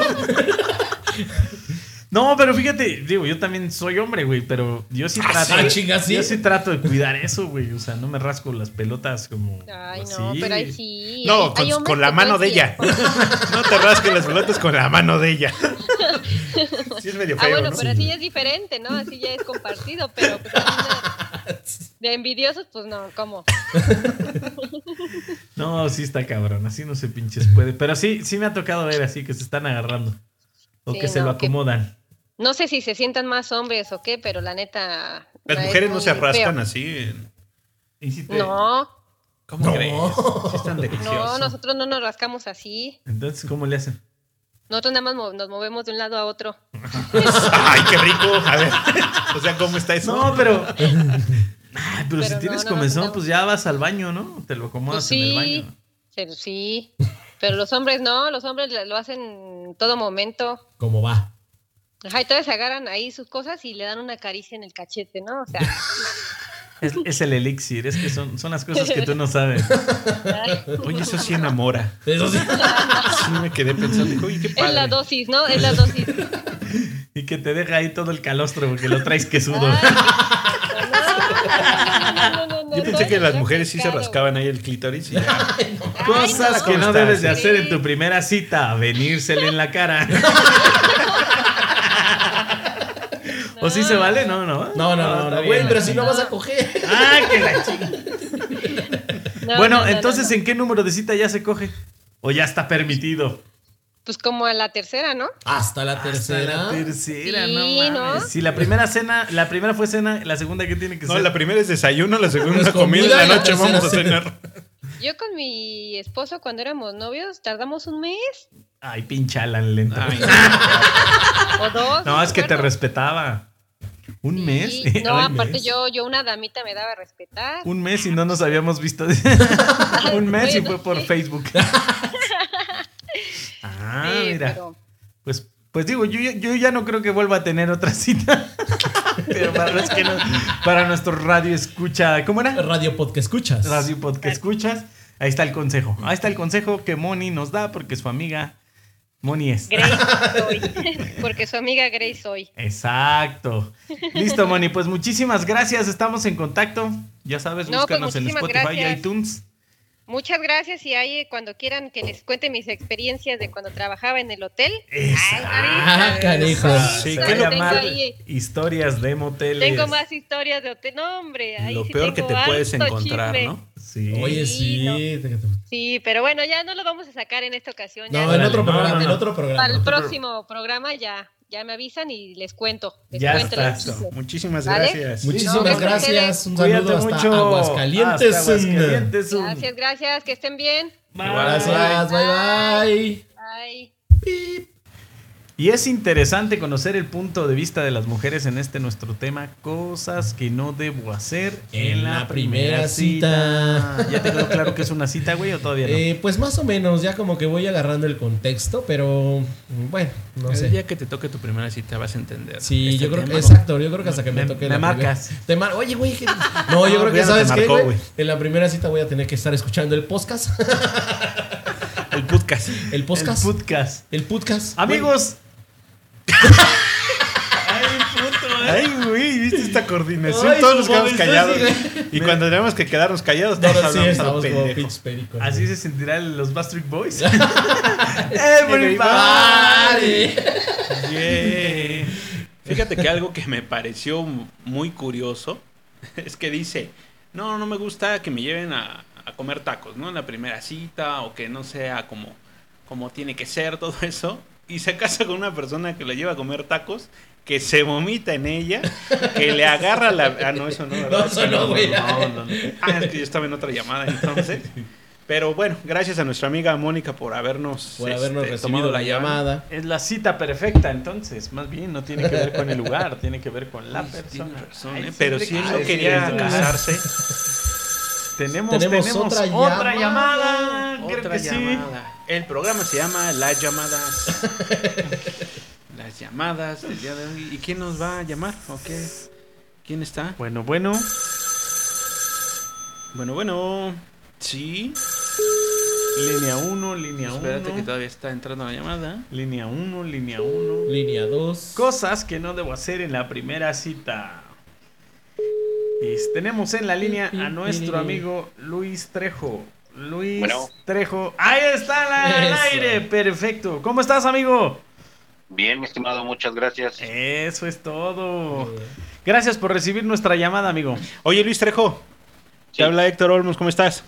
B: No, pero fíjate, digo, yo también soy hombre, güey, pero yo sí
C: Ah,
B: trato.
C: sí, chinga, sí.
B: Yo sí trato de cuidar eso, güey. O sea, no me rasco las pelotas como.
F: Ay,
B: así.
F: no, pero ahí sí.
E: No, pues,
F: hay- hay
E: con,
F: hombres
E: con la
F: que
E: mano
F: todo
E: de
F: el (laughs)
E: ella.
F: tiempo-
E: No te rasques las pelotas con la mano de ella. Sí es medio
F: Ah,
E: feo,
F: bueno,
E: ¿no?
F: pero así ya es diferente, ¿no? Así ya es compartido, pero pues,
C: (laughs)
F: así de de envidiosos, pues no, ¿cómo?
B: No, sí está cabrón, así no se pinches puede. Pero sí, sí me ha tocado ver así que se están agarrando. O
F: Sí,
B: que se
F: no,
B: lo
F: que-
B: acomodan.
F: No sé si se sientan más hombres o qué, pero la neta.
E: Las
F: la- es
E: mujeres no
F: muy
E: se rascan
F: feo.
E: así.
B: Y sí te-
F: No,
D: ¿Cómo crees?
B: sí están
F: no,
B: deliciosos.
F: nosotros no nos rascamos así.
B: Entonces, ¿cómo le hacen?
F: Nosotros nada más mo- nos movemos de un lado a otro.
E: Ay, qué rico. A ver. O sea, ¿cómo está eso?
B: No,
F: (laughs)
B: pero. Ay, pero, si
F: Pero
B: tienes
F: no, no,
B: comezón,
F: no.
B: pues ya vas al baño, ¿no? Te lo acomodas
F: Pues
B: en el
F: sí,
B: baño.
F: se- sí. Pero los hombres no, los hombres lo- lo hacen en todo momento.
C: (laughs) ¿Cómo va?
F: Ajá, y todos agarran ahí sus cosas y le dan una caricia en el cachete, ¿no? O
B: (laughs)
F: sea,
B: Es, es el elixir, es que son, son las cosas que tú no
F: (laughs)
B: sabes.
E: Oye, eso sí enamora.
C: Eso sí.
E: Sí me quedé pensando. dije, Uy, qué
F: es la
E: padre.
F: dosis, ¿no? Es
B: (laughs)
F: la dosis.
B: Y que te deja ahí todo el calostro porque lo traes que sudo.
F: Ay, no, no, no, no, no,
E: Yo
F: todo
E: pensé que las
F: está
E: mujeres sí se
F: picado.
E: rascaban ahí el clítoris y ya.
F: Ay,
B: Cosas
F: no.
B: que no
E: ¿Cómo
B: debes
E: estás?
B: de hacer en
F: Sí.
B: tu primera cita, venírsele en la
F: (laughs)
B: cara. ¿O sí se vale? No, no.
C: No, no, no,
B: está
C: no,
B: bien,
C: güey,
B: la
C: pero si
B: chingada.
C: no vas a coger.
B: Ah, que la chingada.
F: No, no,
B: Bueno,
F: no, no,
B: entonces,
F: no.
B: ¿en qué número de cita ya se coge? ¿O ya está permitido?
F: Pues como a la tercera, ¿no?
C: Hasta la tercera.
B: Ah, La tercera,
F: Sí,
B: no mames.
F: ¿no?
B: Si la primera cena, la primera fue cena, la segunda que tiene que
E: No,
B: ser.
E: la primera es desayuno, la segunda
C: Es
E: es
C: comida
E: comida y la
C: y la
E: noche
C: tercera
E: vamos a
C: cena.
E: cenar.
F: Yo con mi esposo cuando éramos novios tardamos un mes
B: Ay, pinche Alan lento.
D: Ay,
F: o dos.
B: no, es que te
F: recuerdo.
B: respetaba. ¿Un
F: Sí,
B: mes? (laughs)
F: No,
B: Ay,
F: aparte
B: mes.
F: yo, yo una damita me daba a respetar.
B: Un mes y no nos habíamos
F: (laughs)
B: visto. (laughs) un mes y
F: Bueno,
B: fue por
F: sí. (laughs)
B: Facebook. ah,
F: Sí,
B: mira.
F: pero-
B: Pues, pues digo, yo, yo ya no creo que vuelva a tener otra cita. (laughs) pero para, los que no- para nuestro radio escucha. ¿Cómo era?
C: Radio Pod que escuchas.
B: Radio Pod que escuchas. Ahí está el consejo. Ahí está el consejo que Moni nos da porque su amiga Moni es.
F: Grace soy. Porque su amiga Grace soy.
B: Exacto. Listo, Moni. Pues muchísimas gracias. Estamos en contacto. Ya sabes,
F: No, pues
B: búscanos en
F: muchísimas
B: Spotify y
F: gracias.
B: iTunes.
F: Muchas gracias y ahí eh, cuando quieran que les cuente mis experiencias de cuando trabajaba en el hotel. Ay,
C: Ah,
F: ahorita,
C: canijo.
F: ahorita
B: Sí,
E: Sí,
B: que
E: tengo
B: llamar
F: (laughs) ahí-
B: historias de moteles.
F: Tengo más historias de hotel. No, hombre, ahí
D: lo
F: sí
D: peor que
F: tengo
D: te puedes
F: harto
D: encontrar,
F: chisme.
D: ¿no?
B: Sí.
C: Oye, sí.
F: no.
C: te- te-
F: Sí, pero bueno, ya no lo vamos a sacar en esta ocasión. ya
C: No, en
B: Órale,
C: otro
B: no,
C: programa,
B: no,
C: en
B: no.
C: otro programa.
F: para el próximo programa ya, ya me avisan y les cuento. Les
B: Ya
F: cuento
B: está.
F: los chismes.
E: Muchísimas
F: ¿Vale?
E: gracias.
F: No,
C: Muchísimas
F: hombre,
C: gracias. Un
B: Cuídate
C: saludo hasta
B: mucho.
C: Aguascalientes.
B: Hasta Aguascalientes.
F: Gracias, gracias, que estén bien.
B: Bye.
C: Gracias, bye bye.
F: Bye.
B: Y es interesante conocer el punto de vista de las mujeres en este nuestro tema, cosas que no debo hacer en, la, primera cita. ¿Ya te quedó claro que es una cita, güey, o todavía no?
C: Eh, pues más o menos, ya como que voy agarrando el contexto, pero mm, bueno, no
D: el
C: sé.
D: día que te toque tu primera cita vas a entender.
C: Sí,
D: este
C: yo creo que,
D: tema.
C: exacto, yo creo que hasta que me,
B: Me- me
C: toque la primera-
B: marcas.
C: Te mar- Oye, güey, que- no, yo
E: No,
C: creo que
E: ya no te
C: sabes qué,
E: marcó,
C: güey?
E: güey.
C: En la primera cita voy a tener que estar escuchando el podcast, (laughs)
D: El podcast.
C: el podcast,
B: El podcast. Ah,
C: (laughs) el podcast.
B: Amigos, ¿eh?
E: Ay, güey, ¿viste esta coordinación?
C: Ay,
E: Todos nos
C: su
E: quedamos
C: modestia,
E: callados.
C: sí.
E: Y cuando tenemos que quedarnos callados, todos
C: Ahora sí
E: hablamos a lo
C: estamos como
E: pendejo.
C: pinches pericos.
B: Así se sentirán los Bastard
C: (laughs)
B: Boys. Everybody.
C: Ay.
B: Yeah.
D: Fíjate
B: (laughs)
D: que algo que me pareció muy curioso (laughs) es que dice, no, no me gusta que me lleven a, a comer tacos, ¿no? En la primera cita o que no sea como, como tiene que ser (laughs) todo eso. Y se casa con una persona que la lleva a comer tacos, que se vomita en ella, que le agarra la... Ah,
C: (laughs)
D: no, eso no.
C: No,
D: ¿verdad?
C: eso no, güey.
D: No, no, no. Ah, es que yo estaba en otra llamada entonces. Pero bueno, gracias a nuestra amiga Mónica por habernos,
C: Por habernos
D: este,
C: recibido la
D: llamada.
C: llamada.
B: Es la cita perfecta, entonces. Más bien, no tiene que ver con el
D: (laughs)
B: lugar, tiene que ver con la
D: Sí,
B: persona.
D: tiene razón,
B: Ay,
D: ¿eh? Pero si
B: siempre que-
D: él no
B: Ay,
D: quería
B: sí,
D: casarse,
B: Tenemos,
C: Tenemos
B: tenemos,
C: otra
B: otra,
C: llamada.
B: llamada. Creo
D: otra
B: que
D: llamada. El programa se llama Las
B: (laughs)
D: Llamadas. Las llamadas del día de hoy. ¿Y quién nos va a llamar? ¿O qué? ¿Quién está?
B: sí. Bueno, bueno.
D: Bueno, bueno. Sí.
B: Línea 1, línea 1.
D: Espérate que todavía está entrando la llamada.
B: Línea 1, línea 1.
C: Línea 2.
B: Cosas que no debo hacer en la primera cita. Y tenemos en la línea a nuestro amigo Luis Trejo. Luis
G: Bueno.
B: Trejo. Ahí está la, el
C: Eso.
B: aire. Perfecto. ¿Cómo estás, amigo?
G: Bien, mi estimado, muchas gracias.
B: Eh. Eso es todo.
C: Eh,
B: Gracias por recibir nuestra llamada, amigo.
E: Oye, Luis Trejo,
G: Sí.
E: te habla Héctor Olmos, ¿cómo estás?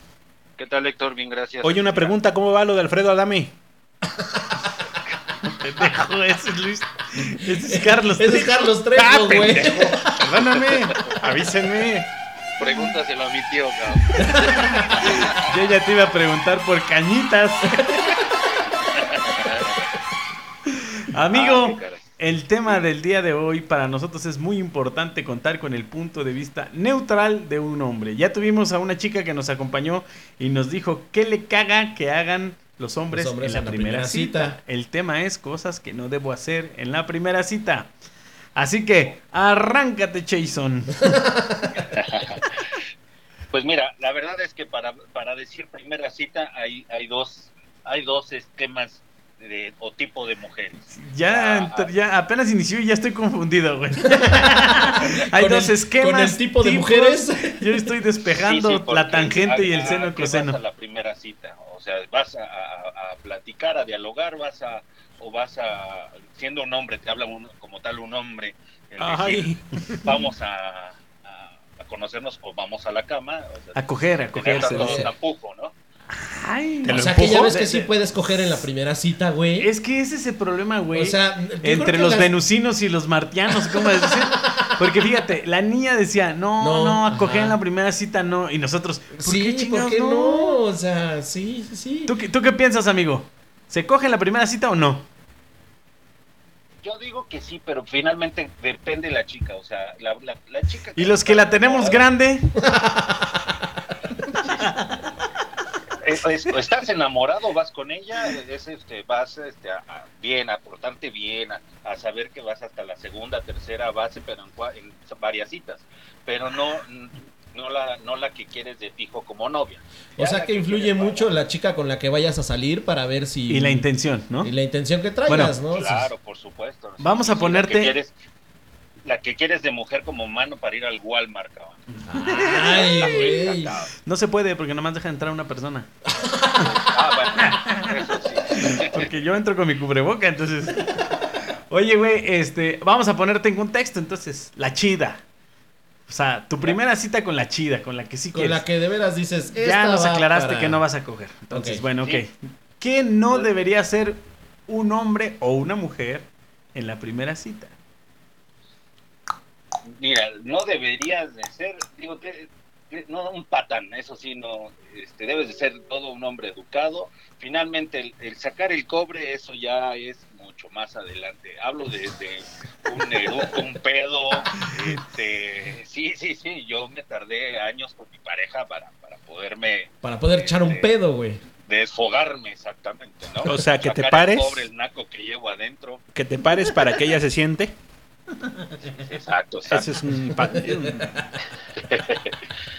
G: ¿Qué tal, Héctor? Bien, gracias.
E: Oye, una pregunta, ¿cómo va lo de Alfredo Adame?
B: Pendejo, ese es Luis. Ese es Carlos
C: Ese es
B: Trejo.
C: Carlos Trejo, güey.
E: Perdóname, (laughs) avísenme.
G: Pregúntaselo a mi tío, cabrón.
B: Yo ya te iba a preguntar por cañitas.
G: Ah,
B: Amigo,
G: qué Ah, caray.
B: el tema del día de hoy para nosotros es muy importante contar con el punto de vista neutral de un hombre. Ya tuvimos a una chica que nos acompañó y nos dijo qué le caga que hagan los hombres,
C: Los hombres
B: en la, primera, cita. El tema es cosas que no debo hacer en la primera cita. Así que, arráncate, Jason.
G: Pues mira, la verdad es que para, para decir primera cita hay, hay dos hay dos esquemas de, o tipo de mujeres.
B: Ya,
G: Ah,
B: ent- ya apenas inició y ya estoy confundido, güey. Hay
C: Con
B: dos
C: el-
B: esquemas.
C: Con el tipo de
B: tipos.
C: mujeres.
B: Yo estoy despejando
G: Sí, sí, porque ah,
B: la tangente y
G: ¿a-
B: el
G: a
B: seno
G: qué vas
B: coseno.
G: a la primera cita, o sea, vas a, a- a platicar, a dialogar, vas a o vas a siendo un hombre, te habla un- como tal un hombre, el decir,
D: Ay,
G: vamos a, a- a conocernos o vamos a la cama, o sea,
B: A coger, a
G: tener
B: cogerse.
G: todo
C: dice.
G: tapujo, ¿no?
B: Ay,
E: ¿Te
C: O
E: lo
C: sea, que ya
E: empujó?
C: ves que
B: De-
C: sí
B: de-
C: puedes coger en la primera cita, güey.
B: Es que ese es el problema, güey.
C: O sea, yo creo
B: entre
C: que
B: los
C: las-
B: venusinos y los martianos, ¿cómo es decir? Porque fíjate, la niña decía, no,
C: No,
B: no,
C: ajá.
B: a coger en la primera cita no. Y nosotros, ¿por
C: Sí,
B: qué
C: ¿por
B: chingados
C: qué no?
B: no?
C: O sea, sí, sí, sí.
B: ¿Tú, qué- ¿Tú qué piensas, amigo? ¿Se coge en la primera cita o no?
G: Yo digo que sí, pero finalmente depende de la chica, o sea, la, la- la chica...
B: Y los que la tenemos grande,
G: Es- es- o estás enamorado, vas con ella, es, este, vas este, a- a- bien, a portarte bien, a, a saber que vas hasta la segunda, tercera base, pero en, cua- en varias citas, pero no, no, la, no la que quieres de fijo como novia.
C: O sea, que influye mucho la chica con la que vayas a salir para ver si...
B: (laughs) y la intención, ¿no?
C: Y la intención que traigas, ¿no? O sea,
G: Claro, por supuesto. Sí,
B: Vamos a
G: sí, La
B: ponerte-
G: que, quieres, la que quieres de mujer como mano para ir al Walmart, cabrón.
C: (laughs)
B: Ah,
C: Ay, güey.
G: Cabrón.
B: No se puede porque nomás deja entrar una persona.
G: Ah, bueno, eso sí.
B: Porque yo entro con mi cubreboca, entonces. (laughs) Oye, güey, este, vamos a ponerte en contexto, entonces, la chida. O sea, tu primera cita con la chida, con la que sí
C: Con
B: quieres.
C: la que de veras dices...
B: ya
C: "Esta
B: nos
C: va
B: aclaraste
C: para-
B: que no vas a coger. Entonces,
C: Ok.
B: bueno, ok.
G: Sí.
B: ¿Qué no debería hacer un hombre o una mujer en la primera cita?
G: Mira, no deberías de ser, digo, te- te- no un patán, eso sí, no, este, debes de ser todo un hombre educado. Finalmente, el, el sacar el cobre, eso ya es mucho más adelante. Hablo desde un eructo, un pedo, este, sí, sí, sí, yo me tardé años con mi pareja para, para poderme
C: Para poder echar un pedo, güey.
G: desfogarme exactamente, ¿no?
E: O sea, que te
G: Sacar el
E: pares.
G: cobre, el naco que llevo adentro.
E: Que te pares para que ella se siente.
G: Exacto, exacto.
E: Ese es un...
B: (laughs)
E: pa-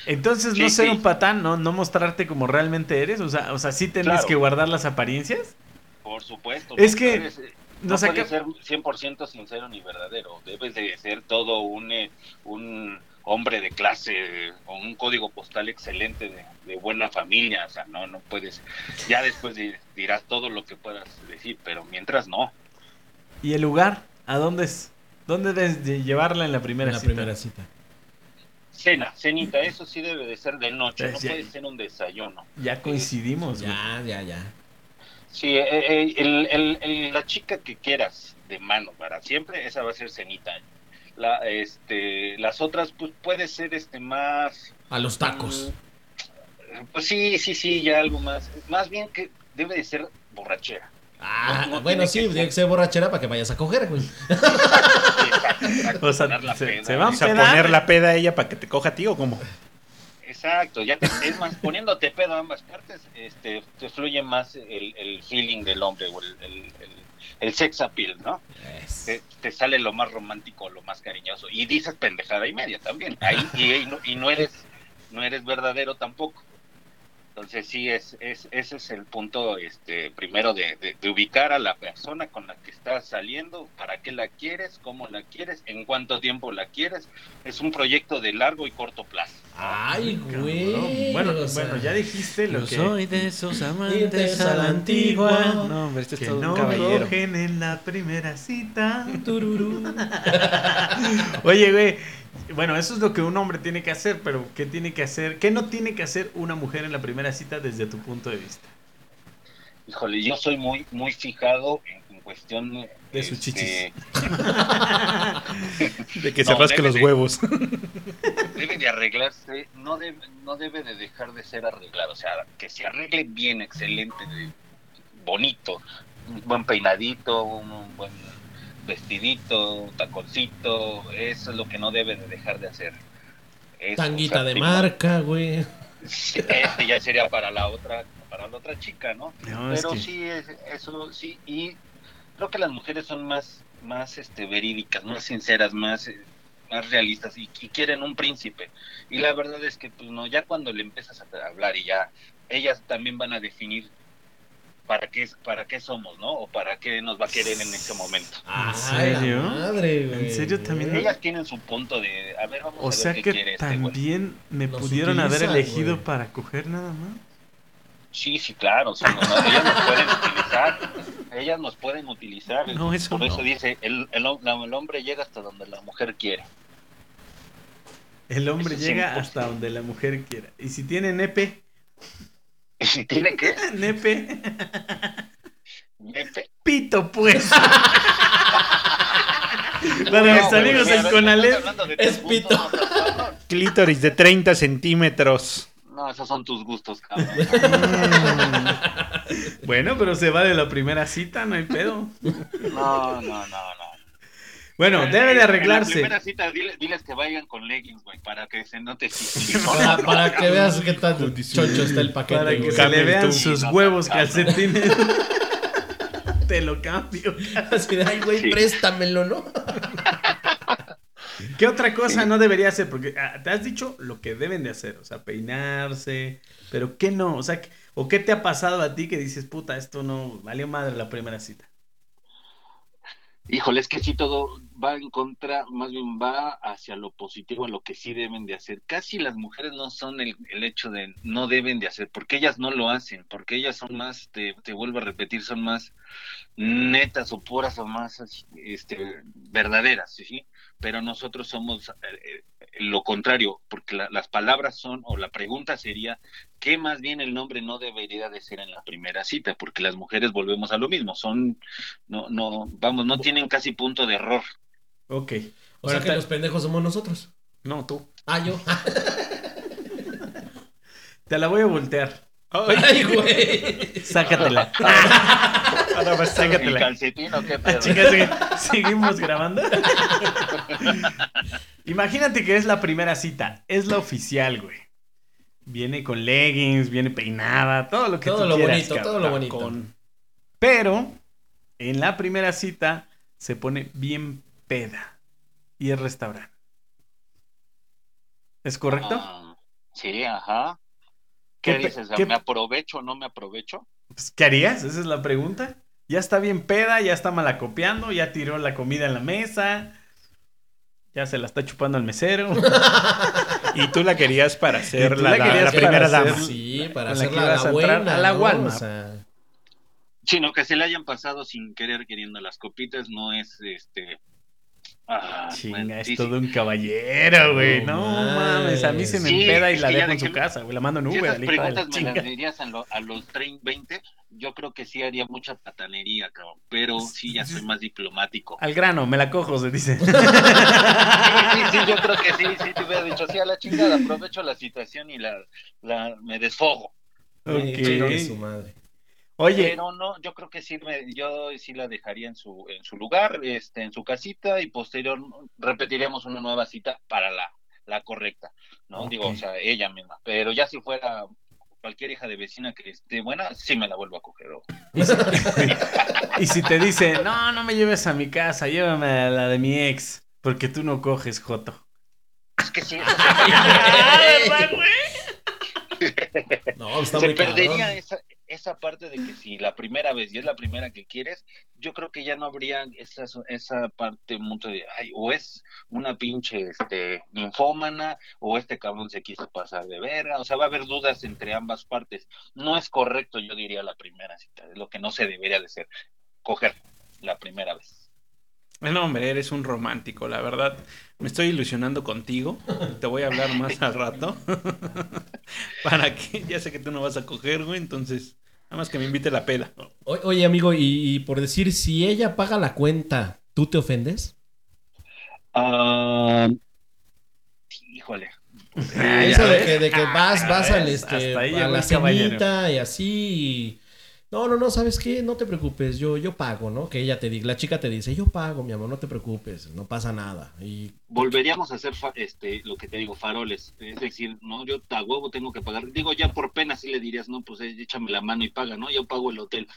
B: Entonces, no
G: Sí,
B: ser
G: sí.
B: un patán, ¿no? No mostrarte como realmente eres. O sea, o sea sí tienes
G: Claro.
B: que guardar las apariencias.
G: Por supuesto.
B: Es
G: ¿no?
B: que-
G: Eres, eh, No,
B: Nos
G: puedes
B: acá-
G: ser 100% sincero ni verdadero. Debes de ser todo un, eh, un hombre de clase, con un código postal excelente, de, de buena familia. O sea, no, no puedes. Ya después di- dirás todo lo que puedas decir, pero mientras no.
B: ¿Y el lugar? ¿A dónde es? ¿Dónde debes de llevarla en la primera
C: en la
B: cita?
C: primera cita.
G: Cena, cenita, eso sí debe de ser de noche. No
B: Sí.
G: puede ser un desayuno.
B: Ya coincidimos, güey.
C: Ya, ya, ya.
G: Sí, eh, eh, el- el- el- la chica que quieras de mano para siempre, esa va a ser cenita. La, este, las otras, pues puede ser este más
C: A los tacos.
G: Mm, Pues sí, sí, sí, ya algo más. Más bien que debe de ser
B: (laughs)
G: borrachera.
C: Ah,
G: No, no
C: bueno,
G: tiene
C: sí,
G: que
C: tiene que ser borrachera para que vayas a coger, güey.
G: Exacto, exacto,
B: O sea,
G: dar la
B: se-
G: peda,
B: se van
E: O sea,
B: Peda.
E: poner la peda a ella para que te coja a ti o como.
G: Exacto, ya te, es más, poniéndote pedo a ambas partes, este, te fluye más el, el feeling del hombre o el, el, el- el sex appeal, ¿no?
C: Es.
B: Eh,
G: Te, te sale lo más romántico, lo más cariñoso. Y dices pendejada y media también. Ahí, y, y no, y no eres no eres verdadero tampoco. Entonces sí, es, es, ese es el punto este, primero de, de- de ubicar a la persona con la que estás saliendo, para qué la quieres, cómo la quieres, en cuánto tiempo la quieres. Es un proyecto de largo y corto plazo.
C: Ay, güey.
B: Cabrón. Bueno,
C: o sea,
B: bueno, ya dijiste lo
E: Yo
B: que.
E: soy de esos
C: Dientes a la antigua.
E: No, hombre, este es
B: que
E: todo
B: no
E: un caballero.
B: cogen en la primera cita. (laughs) Tururú. Oye, güey. Bueno, eso es lo que un hombre tiene que hacer, pero ¿qué tiene que hacer? ¿Qué no tiene que hacer una mujer en la primera cita desde tu punto de vista?
G: Híjole, yo soy muy muy fijado en, en cuestión este, de
B: sus chichis.
E: De que
G: No,
E: se rasque los
G: debe de-
E: huevos. (laughs)
G: debe de arreglarse, no debe, no debe de dejar de ser arreglado, o sea, que se arregle bien, excelente, de- bonito, un buen peinadito, un, un buen vestidito, un taconcito, eso es lo que no debe de dejar de hacer. Eso, o
C: Tanguita
G: sea,
C: de
G: tipo,
C: marca, güey.
G: (laughs) Este ya sería para la otra, para la otra chica, ¿no?
B: No,
G: Pero sí, es, eso sí, y creo que las mujeres son más, más este, verídicas, más sinceras, más, eh, más realistas y, y quieren un príncipe. Y la verdad es que, pues no, ya cuando le empiezas a hablar y ya, ellas también van a definir para qué, es- para qué somos, ¿no? O para qué nos va a querer en ese momento.
C: Ah,
B: serio?
C: la Madre, güey.
B: ¿En serio también?
G: Ellas tienen su punto de, a ver, vamos a
B: O
G: ver
B: sea
G: qué
B: que
G: quiere este güey.
B: también me
C: Los
B: pudieron haber
C: utilizan,
B: elegido
C: güey.
B: para coger nada más.
G: Sí, sí, claro, o sea, no, no, ellas nos pueden utilizar, ellas nos pueden utilizar,
E: No, eso
G: por
E: no.
G: eso dice, el, el, hom- la- el hombre llega hasta donde la mujer quiere. (laughs)
B: El hombre
G: Eso es
B: llega
G: imposible.
B: hasta donde la mujer quiera. Y si tiene nepe, (laughs)
G: Y si tiene que,
B: nepe,
G: vete.
B: pito
G: (laughs)
B: pues. Para mis
G: No,
B: amigos
G: güey, mira,
B: en
G: estás
B: Conalep.
G: hablando de
C: es
G: tus gustos, cabrón.
E: Clítoris de 30 centímetros.
G: No, esos son tus gustos, cabrón.
B: Bueno, pero se va de la primera cita, no hay pedo.
G: No, no, no, no.
B: Bueno, debe
G: En
B: de
G: la
B: arreglarse.
G: primera cita, dile- diles que vayan con leggings, güey, para que se note.
B: (laughs)
C: Para, para que veas qué tan chocho está el paquete,
B: Para que
C: güey.
B: se le
E: Cambien
B: vean
E: tú.
B: sus
G: Sí, no,
B: huevos
G: cabrón.
B: calcetines. (laughs) Te lo cambio.
C: (laughs) Así de, ay, güey,
G: Sí.
C: préstamelo, ¿no?
B: ¿Qué otra cosa no debería hacer? Porque ah, te has dicho lo que deben de hacer, o sea, peinarse, pero ¿qué no? O sea, ¿qué- ¿o qué te ha pasado a ti que dices, puta, esto no valió madre la primera cita?
G: Híjole, es que sí todo va en contra, más bien va hacia lo positivo, a lo que sí deben de hacer. Casi las mujeres no son el, el hecho de no deben de hacer, porque ellas no lo hacen, porque ellas son más, te, te vuelvo a repetir, son más netas o puras o más así, este, verdaderas, ¿sí? sí? Pero nosotros somos eh, eh, lo contrario, porque la- las palabras son, o la pregunta sería, ¿qué más bien el nombre no debería de ser en la primera cita? Porque las mujeres volvemos a lo mismo, son no, no, vamos, no tienen casi punto de error.
B: Ok.
C: O sea
B: Bueno,
C: que
B: te-
C: los pendejos somos nosotros.
E: No, tú.
B: (laughs)
C: Ah, yo. (laughs)
B: Te la voy a voltear.
C: Ay, güey.
B: Sácatela.
D: (laughs) Ah,
E: Ahora
D: pues,
E: vas,
G: ¿El
E: sácatela.
G: calcetín
B: ¿Ah,
G: o qué Ah, pedo?
B: Chicas, segui- seguimos grabando. Imagínate que es la primera cita, es la oficial, güey. Viene con leggings, viene peinada, todo lo que
C: Todo
B: tú
C: lo
B: quieras,
C: bonito,
B: cabrón.
C: todo lo bonito.
B: Pero en la primera cita se pone bien peda y es restaurante. ¿Es correcto?
G: Ah, sí, ajá.
B: ¿Qué
G: ¿Qué
B: pe-
G: dices?
B: qué-
G: ¿Me aprovecho o no me aprovecho?
B: Pues, ¿Qué harías? Esa es la pregunta. Ya está bien peda, ya está malacopiando, ya tiró la comida en la mesa. Ya se la está chupando al mesero.
D: Y tú la querías para
B: Y
D: hacer
B: tú
D: la,
B: la
D: da-
B: querías
D: la
B: para
D: primera
B: hacer-
D: dama.
C: Sí, para
B: con la que
C: hacerla
B: ibas
C: la,
B: a
C: buena.
B: entrar a la
C: ¿no?
B: Walmart.
C: O sea,
G: Sino que se le hayan pasado sin querer queriendo las copitas, no es este. Ah,
B: Chinga, es
G: sí,
B: todo
G: sí.
B: un caballero, güey.
C: No
B: No mames, a mí se me
G: Sí,
B: empeda y
G: es
B: la
G: que ya
B: dejo en su
G: déjeme-
B: casa, güey. La mando en
G: Si
B: Uber,
G: esas
B: al hijo de la
G: preguntas me
B: chinga.
G: las dirías a, lo- a los 30, 20, yo creo que sí haría mucha patanería, cabrón. Pero sí, ya soy
B: (laughs)
G: más diplomático.
B: Al grano, me la cojo, se
G: (laughs)
B: dice.
G: Sí, sí, sí, yo creo que sí, sí, te hubiera dicho, sí, a la chingada, aprovecho la situación y la, la me desfogo.
C: sí,
B: Ok.
C: chingue su madre.
B: Oye,
G: Pero Eh, no, yo creo que sí, me, yo sí la dejaría en su, en su lugar, este, en su casita y posterior repetiremos una nueva cita para la, la correcta, ¿no?
B: Ok.
G: Digo, o sea, ella misma. Pero ya si fuera cualquier hija de vecina que esté buena, sí me la vuelvo a coger. o-
B: y si te dice, no, no me lleves a mi casa, llévame a la de mi ex, porque tú no coges, Joto.
G: Es que (laughs) sí.
C: No, está
G: se
C: muy
G: perdería
C: perdería.
G: esa, esa parte de que si la primera vez y es la primera que quieres, yo creo que ya no habría esa, esa parte mucho de, ay, o es una pinche este, ninfómana, o este cabrón se quiso pasar de verga, o sea, va a haber dudas entre ambas partes. No es correcto, yo diría, la primera cita, es lo que no se debería de ser, coger la primera vez.
D: No, hombre, eres un romántico, la verdad. Me estoy ilusionando contigo. Te voy a hablar más al rato. (laughs) Para que, (laughs) ya sé que tú no vas a coger, güey, entonces, nada más que me invite la peda.
C: Oye, amigo, y, y por decir, si ella paga la cuenta, ¿tú te ofendes?
G: Ah, híjole.
B: Ah,
C: Eso
B: ya
C: de
B: ves.
C: que, de que vas,
B: ya
C: vas al,
B: ves,
C: este,
B: hasta ahí
C: a
B: llegó
C: la
B: el caballero.
C: cenita y así. y- No, no, no, ¿sabes qué? No te preocupes, yo, yo pago, ¿no? Que ella te diga, la chica te dice, yo pago, mi amor, no te preocupes, no pasa nada. Y
G: volveríamos a hacer fa- este lo que te digo faroles es decir no yo a huevo tengo que pagar digo ya por pena sí le dirías no pues eh, échame la mano y paga no yo pago el hotel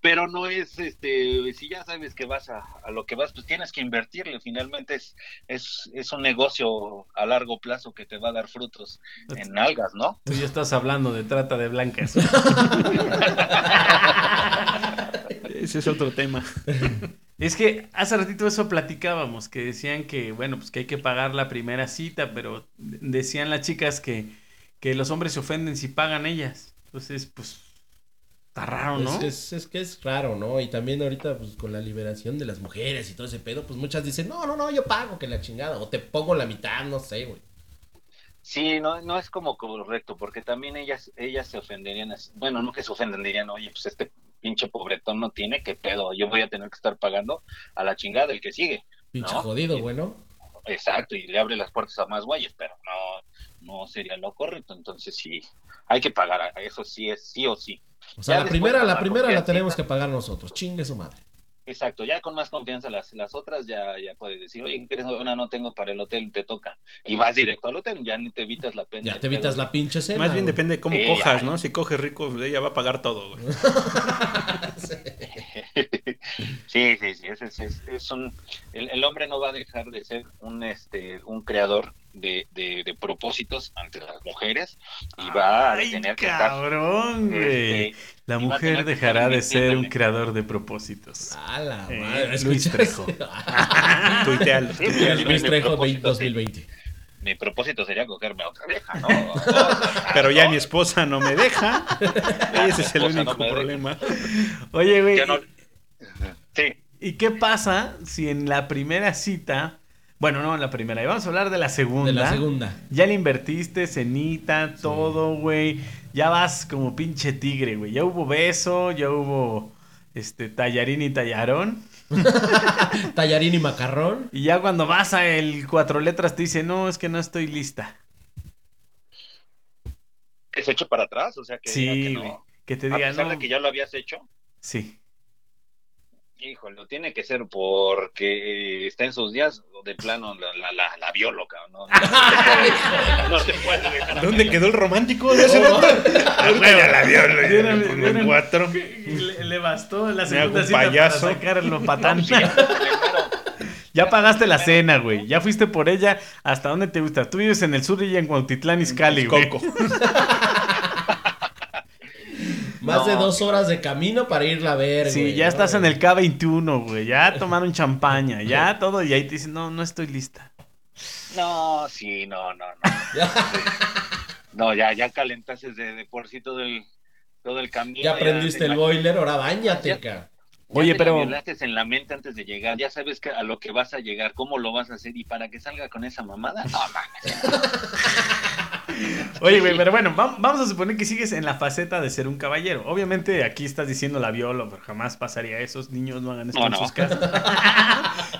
G: pero no es este si ya sabes que vas a, a lo que vas pues tienes que invertirle finalmente es, es es un negocio a largo plazo que te va a dar frutos en algas no
B: Tú ya estás hablando de trata de blancas.
D: Ese es otro tema.
B: Es que hace ratito eso platicábamos, que decían que, bueno, pues que hay que pagar la primera cita, pero de- decían las chicas que, que los hombres se ofenden si pagan ellas. Entonces, pues, está raro, ¿no?
C: es, es- es que es raro, ¿no? Y también ahorita, pues, con la liberación de las mujeres y todo ese pedo, pues muchas dicen, no, no, no, yo pago, que la chingada, o te pongo la mitad, no sé, güey.
G: sí no no es como correcto porque también ellas ellas se ofenderían así. bueno no que se ofenden dirían oye pues este pinche pobretón no tiene qué pedo yo voy a tener que estar pagando a la chingada el que sigue
C: Pinche
G: No.
C: jodido, güey, ¿no?
G: Exacto, y le abre las puertas a más güeyes, pero no, no sería lo correcto. Entonces sí, hay que pagar, a- eso sí es sí o sí.
C: O sea,
G: Ya
C: la
G: después
C: primera, la
G: pagar
C: primera la
G: confianza.
C: tenemos que pagar nosotros, chingue su madre.
G: Exacto, ya con más confianza las, las otras ya, ya puedes decir, oye, ¿qué ¿quieres una? No tengo para el hotel, te toca. Y vas directo al hotel, ya ni te evitas la pena.
C: Ya te evitas la pinche cena.
D: Más bien
C: güey. (laughs)
D: depende de cómo
G: Sí,
D: cojas,
G: ay.
D: ¿no? Si coges rico, ella va a pagar todo, güey.
G: (laughs) sí, sí, sí, ese es, es- es un, el, el hombre no va a dejar de ser un, este, un creador de, de, de propósitos ante las mujeres y va a
B: Ay,
G: tener que estar...
B: cabrón, güey.
G: este,
B: La
G: y va a
B: mujer
G: tener que Ah,
B: dejará
G: estar
B: de ser un
G: mintiéndole.
B: creador de propósitos.
C: A la
B: Eh,
C: madre,
B: Luis
C: ¿escuchaste?
B: Trejo.
D: Tuitealo.
G: Sí, pues,
C: (laughs)
G: mi
C: Luis Trejo
G: propósito
C: 2020.
G: mi propósito sería cogerme a otra vieja, ¿no?
B: (laughs)
D: Pero ya mi
G: ni
D: esposa no me deja. Ese es el
G: esposa no
D: único
G: me deja.
D: problema.
B: Oye, güey,
G: Sí,
B: ¿y qué pasa si en la primera cita, bueno, no en la primera, y vamos a hablar de la segunda.
C: De la segunda.
B: Ya le invertiste, cenita, todo, güey. Ya vas como pinche tigre, güey. Ya hubo beso, ya hubo este tallarín y tallarón.
C: Tallarín y macarrón.
B: Y ya cuando vas a el cuatro letras te dice, no, es que no estoy lista.
G: que se eche para atrás, o sea que, diga
B: sí,
G: que
B: güey.
G: no.
B: Que te
G: a
B: diga,
G: pesar
B: no.
G: de que ya lo habías hecho,
B: Sí.
G: híjole, tiene que ser porque eh, está en sus días o de plano la, la, la, la violo, cabrón, (laughs) ¿no? No, te puedes dejar a
E: ¿Dónde
G: medio.
E: quedó el (laughs) romántico de ese rato?
G: Ah,
E: Ahorita ya la vio, le-
B: Vieron,
E: le pongo
B: vieron.
E: cuatro.
B: Le, le bastó la
E: Me hago
B: segunda
E: un
B: cita
E: payaso.
B: para sacar lo patán.
G: Sí, primero,
B: ya pagaste la cena, güey. Ya fuiste por ella. ¿Hasta dónde te gusta? Tú vives en el sur y en Cuautitlán, Izcalli, güey.
E: Coco.
C: Más
G: No,
C: de dos horas de camino para ir a ver,
B: Sí,
C: güey,
B: ya
C: ¿no,
B: estás en
C: güey?
B: el K21, güey. Ya tomaron champaña, ya todo. Y ahí te dicen, no, no estoy lista.
G: No, sí, no, no, no. (laughs) No, ya, ya calentaste de, de por sí todo el, todo el camino.
C: Ya prendiste
G: te
C: el
G: imag-
C: boiler, ahora bañate, ca.
G: ya
A: Oye,
G: te
A: pero-
G: la violaste en la mente antes de llegar. Ya sabes que a lo que vas a llegar, cómo lo vas a hacer y para que salga con esa mamada. No, mames.
B: Oye, güey, pero bueno, vam- vamos a suponer que sigues en la faceta de ser un caballero. Obviamente aquí estás diciendo la viola, pero jamás pasaría eso. Esos niños no hagan esto
G: No,
B: en
G: no.
B: sus casas.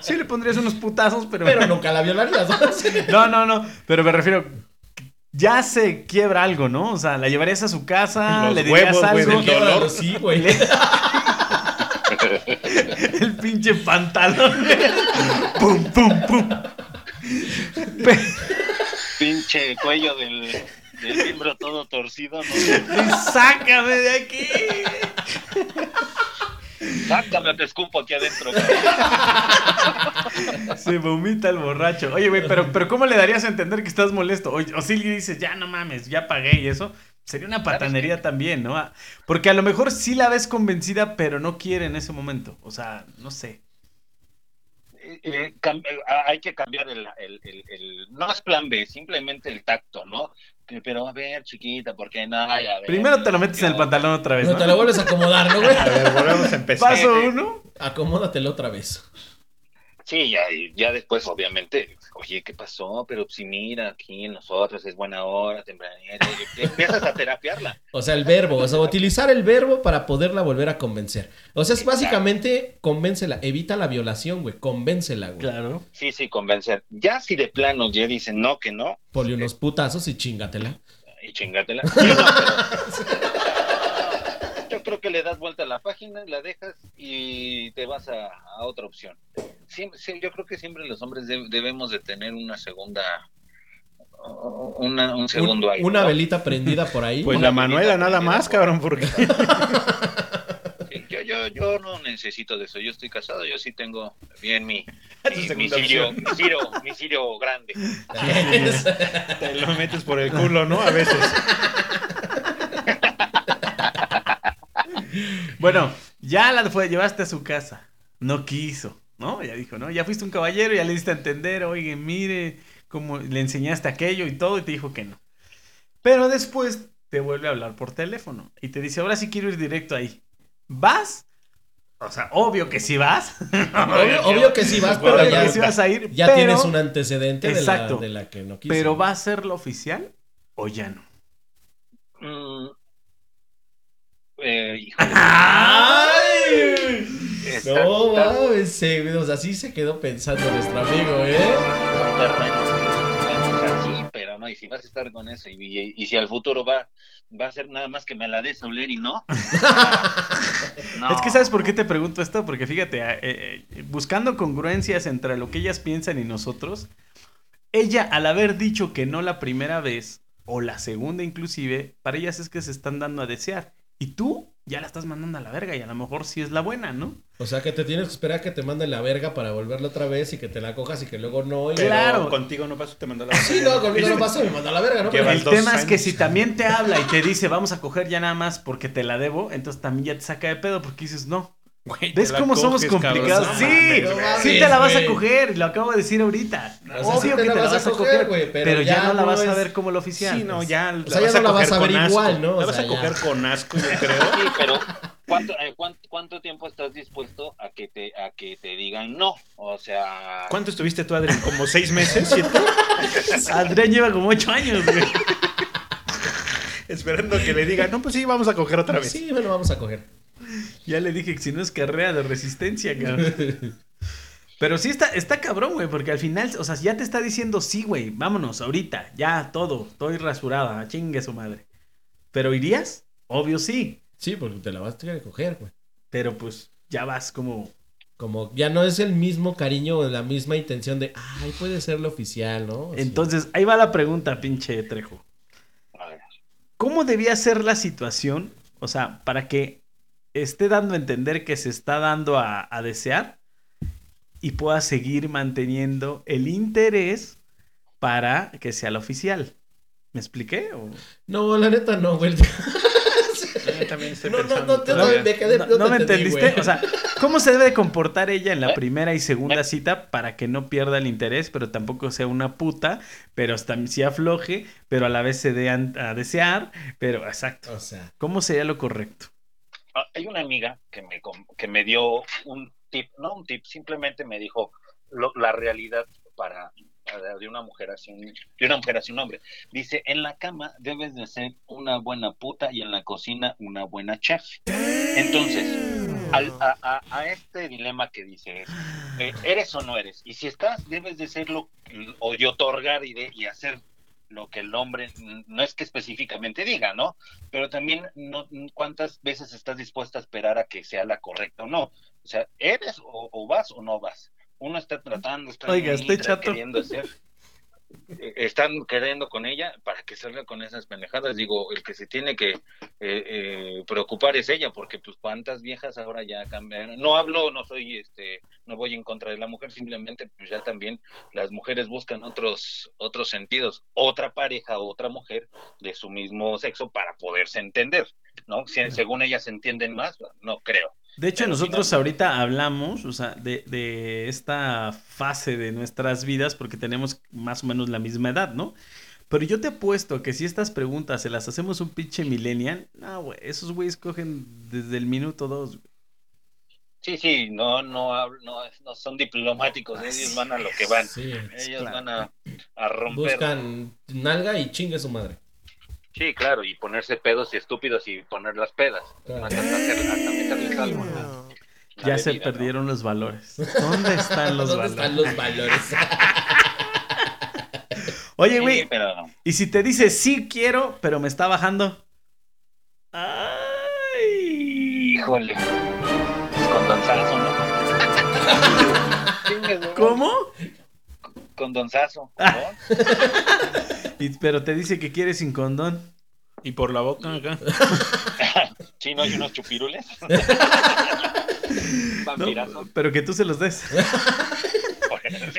B: (laughs) sí, le pondrías unos putazos, pero...
C: Pero nunca la violarías, (laughs) ¿no? Sí.
B: No, no, no. Pero me refiero... Ya se quiebra algo, ¿no? O sea, la llevarías a su casa,
E: Los
B: le dirías
E: huevos, güey,
B: algo.
E: del
C: Quiébralo,
E: dolor.
C: Sí, güey.
B: El pinche pantalón. (laughs) pum, pum, pum. Pe-
G: Pinche cuello del, del miembro todo torcido. ¿no?
B: Sácame de aquí.
G: Sácame, te escupo aquí adentro. cabrón.
B: Se vomita el borracho. Oye, güey, pero, pero ¿cómo le darías a entender que estás molesto? O, o si le dices, ya no mames, ya pagué y eso. Sería una patanería también, ¿no? Ah, Porque a lo mejor sí la ves convencida, pero no quiere en ese momento. O sea, no sé.
G: Eh, eh, cam- eh, hay que cambiar el, el- el- el- No es plan B, simplemente el tacto, ¿no? Que, Pero a ver, chiquita, porque nada.
B: Primero te lo metes en el pantalón otra vez,
C: No te lo
B: ¿no?
C: vuelves a acomodar, ¿no, güey?
E: A ver, volvemos a empezar.
B: Paso uno.
C: Acomódatelo otra vez.
G: Sí, ya, y ya después, obviamente, oye, ¿qué pasó? Pero si mira, aquí nosotros es buena hora, tempranera, y te empiezas a terapiarla.
C: O sea, el verbo, o sea, utilizar el verbo para poderla volver a convencer. O sea, es
G: Exacto.
C: básicamente convéncela, evita la violación, güey, convéncela, güey.
B: Claro.
G: Sí, sí, convencer. Ya si de plano ya dicen no, que no,
C: Ponle unos putazos y chingatela.
G: y chingatela. Yo, no, pero- yo creo que le das vuelta a la página, la dejas y te vas a, a otra opción. Siem- sí, yo creo que siempre los hombres de- debemos de tener una segunda, una, un segundo
C: Un-
G: aire.
C: una
G: ¿no?
C: velita prendida por
G: (laughs)
C: ahí.
E: Pues
G: Una
E: la Manuela
G: medida
E: nada
G: de-
E: más, cabrón, porque (laughs)
G: Sí, Yo, yo, yo no necesito de eso. Yo estoy casado, yo sí tengo
C: (laughs)
G: bien mi,
E: tu
G: mi, mi
E: segunda
G: sirio, mi sirio, mi sirio grande.
C: Es-
E: te lo metes por el culo, ¿no? A veces.
B: Bueno, ya la fue, llevaste a su casa. No quiso, ¿no? Ya dijo, ¿no? Ya fuiste un caballero, ya le diste a entender, oye, mire, cómo le enseñaste aquello y todo, y te dijo que no. Pero después te vuelve a hablar por teléfono y te dice, ahora sí quiero ir directo ahí. ¿Vas? O sea, obvio que sí vas. (laughs)
C: obvio, obvio que sí vas,
B: Obvio
C: pero
B: que
C: ya,
B: sí vas a ir.
C: ya
B: pero-
C: tienes un antecedente de la,
B: Exacto.
C: de la que no quiso.
B: Pero ¿va a ser lo oficial o ya no?
G: Mm. Eh,
C: (laughs)
G: híjole.
C: ¡Ay!
G: Está-
C: No,
G: está-
C: mames, se- o sea, así se quedó pensando nuestro amigo, ¿eh?
G: Sí, pero no, y si vas a estar con eso, y, y- y si al futuro va, va a ser nada más que me la des a oler
B: (laughs)
G: y no. No.
B: Es que sabes por qué te pregunto esto, porque fíjate, a- eh, eh, buscando congruencias entre lo que ellas piensan y nosotros, ella al haber dicho que no la primera vez o la segunda inclusive, para ellas es que se están dando a desear. Y tú ya la estás mandando a la verga y a lo mejor sí es la buena, ¿no?
C: O sea, que te tienes que esperar a que te manden la verga para volverla otra vez y que te la cojas y que luego no. Y
B: Claro.
E: Pero Contigo no paso, te mando (laughs) la
C: Sí, no, conmigo no pasa, me mandó a la verga, ¿no?
E: Qué
C: Pero-
E: Llevas
B: el
E: dos
B: tema es que
E: años.
B: si también te habla y te dice vamos a coger ya nada más porque te la debo, entonces también ya te saca de pedo porque dices no.
E: Güey, te
B: ¿Ves
E: la
B: cómo somos
E: coges, cabrón.
B: complicados?
E: No
B: sí,
E: mames,
C: no
E: güey.
C: mames.
B: sí te la vas a
C: güey.
B: coger, lo acabo de decir ahorita.
C: O sea,
B: Obvio
C: sí
B: que te la vas a coger,
C: güey,
B: pero, ya, no la vas a ver como la oficial. Pues,
E: Sí, no, ya.
B: (laughs)
C: O sea, ya no la vas a
E: coger
C: ver
E: con
C: igual,
E: asco.
C: ¿no? O
E: La vas
C: sea,
E: a coger
C: ya.
E: con asco, yo creo.
G: Sí, pero ¿cuánto, eh, cuán- cuánto tiempo estás dispuesto a que te a que te digan no? O sea,
E: ¿Cuánto estuviste tú, Adrián? ¿Como seis meses? ¿Siete? (laughs)
B: Adrián lleva como ocho años, güey.
E: Esperando que le diga, no, pues sí, vamos a coger otra vez.
C: Sí, bueno, vamos a coger.
B: Ya le dije que si no es carrera de resistencia, cabrón. Pero sí está, está cabrón, güey, porque al final, o sea, ya te está diciendo sí, güey, vámonos, ahorita, ya, todo, estoy rasurada, ah, chingue su madre. ¿Pero irías? Obvio sí,
C: Sí, porque te la vas a tener que coger, güey.
B: pero pues ya vas como...
C: Como ya no es el mismo cariño o la misma intención de, ay, puede ser lo oficial, ¿no? Así.
B: Entonces, ahí va la pregunta, pinche Trejo.
G: a ver,
B: ¿Cómo debía ser la situación? O sea, para que esté dando a entender que se está dando a, a desear y pueda seguir manteniendo el interés para que sea la oficial. ¿Me expliqué? O-
C: No, la neta no, güey.
D: yo también
C: (laughs)
D: estoy
C: No, no, no,
D: pensando.
C: yo
D: todavía.
C: también me quedé-
B: No,
C: no te
B: no me
C: entendí,
B: entendiste.
C: güey.
B: O sea, ¿cómo se debe de comportar ella en la
C: (laughs)
G: ¿Eh?
B: primera y segunda cita para que no pierda el interés, pero tampoco sea una puta, pero hasta sí afloje, pero a la vez se dé an- a, desear? Pero exacto.
C: O sea,
B: ¿Cómo sería lo correcto?
G: Ah, Hay una amiga que me, com- que me dio un tip, no un tip, simplemente me dijo lo- la realidad para, para- de una mujer hacia un, de una mujer hacia un hombre. Dice, en la cama debes de ser una buena puta y en la cocina una buena chef. Entonces, al- a, a- a este dilema que dice, eh, eres o no eres, y si estás, debes de serlo o de otorgar y, de, y hacer lo que el hombre mm, no es que específicamente diga, ¿no? pero también no, cuántas veces estás dispuesta a esperar a que sea la correcta o no. O sea, eres o, o vas o no vas. Uno está tratando, está
B: Oiga,
G: ahí,
B: estoy
G: está
B: chato.
G: queriendo hacer. eh, Están queriendo con ella para que salga con esas pendejadas. Digo, el que se tiene que eh, eh, preocupar es ella, porque pues cuántas viejas ahora ya cambiaron. No hablo, no soy, este, no voy en contra de la mujer, simplemente pues ya también las mujeres buscan otros, otros sentidos, otra pareja, otra mujer de su mismo sexo para poderse entender, ¿no? Si- según ellas se entienden más, no creo.
B: De hecho,
G: Pero
B: nosotros
G: finalmente-
B: ahorita hablamos, o sea, de, de esta fase de nuestras vidas porque tenemos más o menos la misma edad, ¿no? Pero yo te apuesto que si estas preguntas se las hacemos un pinche millennial, no, güey, esos güeyes cogen desde el minuto dos. güey.
G: Sí, sí, no, no, hab- no, no son diplomáticos, ellos van a lo que van.
C: sí.
G: Ellos
B: Ah, claro.
G: van a, a romper.
C: Buscan nalga y chingue su madre.
G: Sí, claro, y ponerse pedos y estúpidos y poner las pedas.
C: Claro. (laughs)
G: Hasta hacer- hasta meterles algo, ¿no? La
B: Ya se
G: bebida, ¿no?
B: perdieron los valores. ¿Dónde están los
C: (laughs)
B: valores?
C: ¿Dónde están los valores?
B: Oye,
E: Eh,
G: Sí,
B: güey,
G: pero no.
B: y si te dice sí quiero, pero me está bajando. Ay,
G: Híjole. Con Don Sazo, ¿no? Chingues, ¿no?
B: ¿cómo?
G: Con Don Sazo,
B: Ah.
G: ¿no?
B: Y- pero te dice que quiere sin condón.
D: Y por la boca acá.
G: Sí, no hay unos
B: (laughs)
G: chupirules.
B: ¿no?
G: Vampirazos.
B: Pero que tú se los des.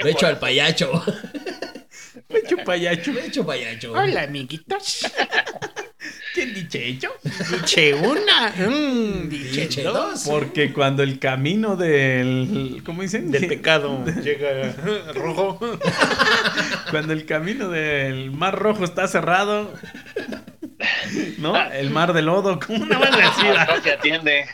C: Me echo al payacho. (laughs)
B: Me chupayacho.
C: Me echo payacho.
H: Hola,
C: (laughs)
H: amiguitos.
B: ¿Quién dice hecho?
H: Dice una. mm, dice
C: Pinche
H: dos.
C: dos.
B: Porque cuando el camino del. ¿Cómo dicen?
E: Del pecado llega (laughs) rojo.
B: Cuando el camino del mar rojo está cerrado. ¿No?
G: Ah.
B: El mar de lodo. (laughs) Como una buena
G: No se atiende.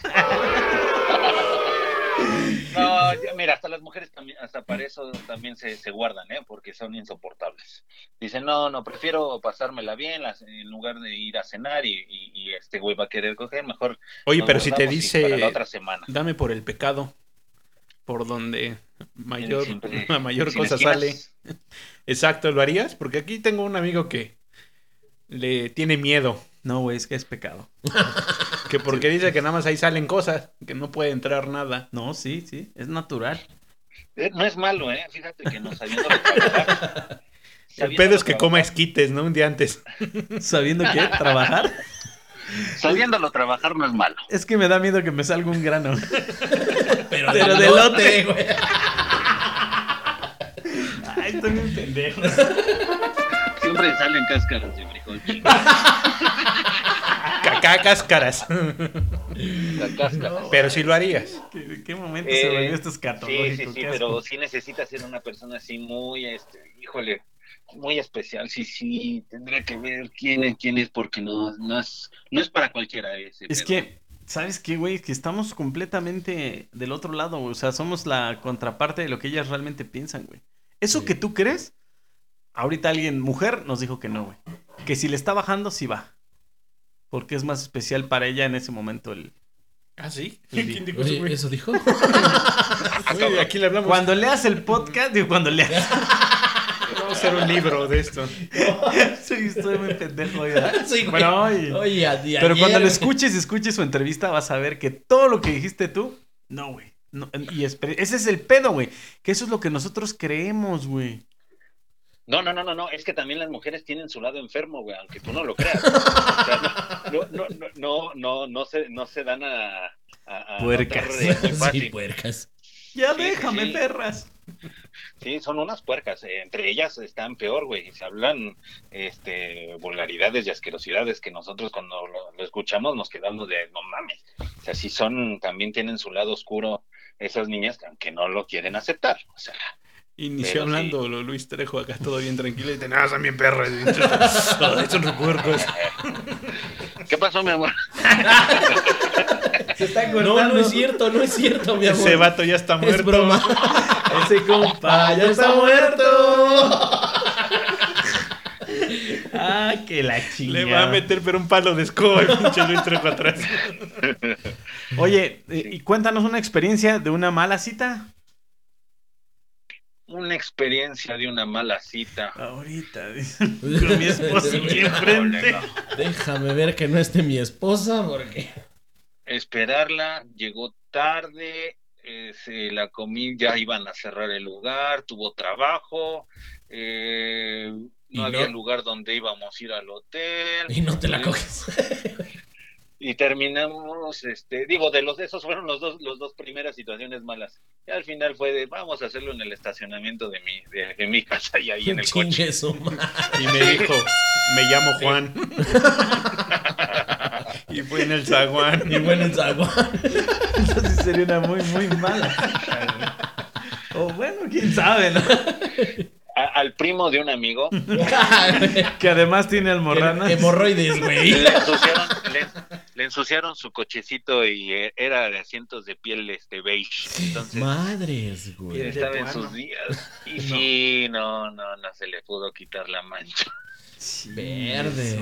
G: No, ya, mira, hasta las mujeres también, hasta para eso también se, se guardan, ¿eh? Porque son insoportables. Dicen, no, no, prefiero pasármela bien las- en lugar de ir a cenar y, y- y este güey va a querer coger, mejor.
D: Oye,
G: nos
D: pero si te
G: guardamos y Para la
D: dice,
G: otra semana.
D: dame por el pecado, por donde mayor,
G: Sin- sin-
D: (laughs) la mayor
G: sin
D: cosa
G: esquinas.
D: sale. Exacto, ¿lo harías? Porque aquí tengo un amigo que le tiene miedo,
B: No, güey, es que es
C: (laughs)
B: pecado.
D: que porque dice que nada más ahí salen cosas, que no puede entrar nada.
B: No, sí, sí. Es natural.
G: Eh, No es malo, ¿eh? Fíjate que nos sabiendo trabajar.
D: (laughs)
E: El
G: sabiéndolo
E: pedo es que
G: trabajar-
E: coma esquites, ¿no? Un día antes.
B: Sabiendo que trabajar.
G: Sabiéndolo trabajar no es malo.
B: Es que me da miedo que me salga un grano.
C: Pero,
B: Pero
C: de
B: de
C: lote, güey.
B: Ay, estoy bien pendejo.
G: Siempre salen cáscaras de frijol. chingada.
D: (laughs)
E: Cacá,
C: (laughs)
E: cáscaras.
G: La cáscara.
E: Pero sí lo harías.
B: ¿Qué, qué (laughs) momento
G: Eh,
B: se volvió esto
G: Sí, sí,
B: escatológico?
G: sí,
B: qué asco.
G: pero sí necesita ser una persona así muy, este, híjole, muy especial. Sí, sí, tendría que ver quién es, quién es, porque no, no es, no es para cualquiera ese.
B: Es
G: pedo.
B: que, ¿sabes qué, güey? Que estamos completamente del otro lado, güey. O sea, somos la contraparte de lo que ellas realmente piensan, güey. Eso
C: Sí.
B: que tú crees, ahorita alguien, mujer, nos dijo que no, güey. Que si le está bajando, sí va. Porque es más especial para ella en ese momento el...
D: ¿Ah, sí?
B: Sí.
D: ¿Quién dijo eso,
C: Oye,
D: güey?
C: ¿eso dijo?
E: Uy, de aquí le hablamos.
B: Cuando leas el podcast, digo, cuando leas...
E: Vamos a hacer un libro de
B: (laughs)
E: esto.
B: sí, estoy muy pendejo, güey. ¿verdad?
C: Sí,
B: (laughs)
C: güey.
B: Bueno, oye.
C: Oye, a- y
B: Pero
C: ayer,
B: cuando lo
C: güey.
B: escuches, escuches su entrevista, vas a ver que todo lo que dijiste tú, no, güey. No, y espe- ese es el pedo, güey. Que eso es lo que nosotros creemos, güey.
G: No, no, no, no, no, es que también las mujeres tienen su lado enfermo, güey, aunque tú no
B: (laughs)
G: lo creas. O sea, no, no, no, no, no, no se, no se dan a... a- a
B: Puercas.
G: notar de- muy
C: (laughs) Sí,
G: fácil.
C: puercas.
B: Ya
G: Sí,
B: déjame,
G: sí.
B: perras.
G: Sí, son unas puercas. eh, Entre ellas están peor, güey. y Se hablan este, vulgaridades y asquerosidades que nosotros cuando lo, lo escuchamos nos quedamos de no mames. O sea, sí son, también tienen su lado oscuro esas niñas, aunque no lo quieren aceptar. O sea,
D: Inició
G: Pero
D: hablando lo- Luis Trejo acá todo bien tranquilo y dice, nada, son bien perros. Todos estos recuerdos.
G: ¿qué pasó, mi amor?
B: Se está cortando.
C: No, no es cierto, no es cierto, mi amor.
E: Ese vato ya está
C: es
E: muerto.
C: broma.
B: Ese compa Ah, ya está muerto. ah, que la chingada.
E: Le va a meter pero un palo de escoba el pinche Luis Trejo atrás.
B: Oye, eh, y cuéntanos una experiencia de una mala cita.
G: Una experiencia de una mala cita.
B: Ahorita, dice. (laughs) Con mi
C: (laughs)
B: esposa aquí enfrente.
G: Híjole, no.
C: Déjame ver que no esté mi esposa, porque.
G: Esperarla, llegó tarde, eh, se la comí, ya iban a cerrar el lugar, tuvo trabajo, eh,
C: Y
G: no había
C: no-
G: lugar donde íbamos a ir al hotel.
C: Y no te la
G: Eh,
C: coges.
G: y terminamos, este, digo, de los de esos fueron los dos, los dos primeras situaciones malas. Y al final fue de vamos a hacerlo en el estacionamiento de mi, de, de mi (laughs) casa
C: (laughs)
G: y ahí en el coche.
C: Chingue su madre.
E: Y me dijo, me llamo Juan. Y fue en el zaguán.
C: Y bueno, en Zaguán.
B: Entonces sería una muy, muy mala cita, güey. O bueno, quién sabe, ¿no?
G: A- al primo de un amigo
B: Que además tiene almorranas.
C: Hemorroides,
G: (laughs)
C: güey.
G: le ensuciaron, le, le ensuciaron su cochecito y eh, era de asientos de piel este beige. Entonces
C: Madres, güey.
G: estaba en sus días. Y sí, no, no, no se le pudo quitar la mancha.
C: Verde.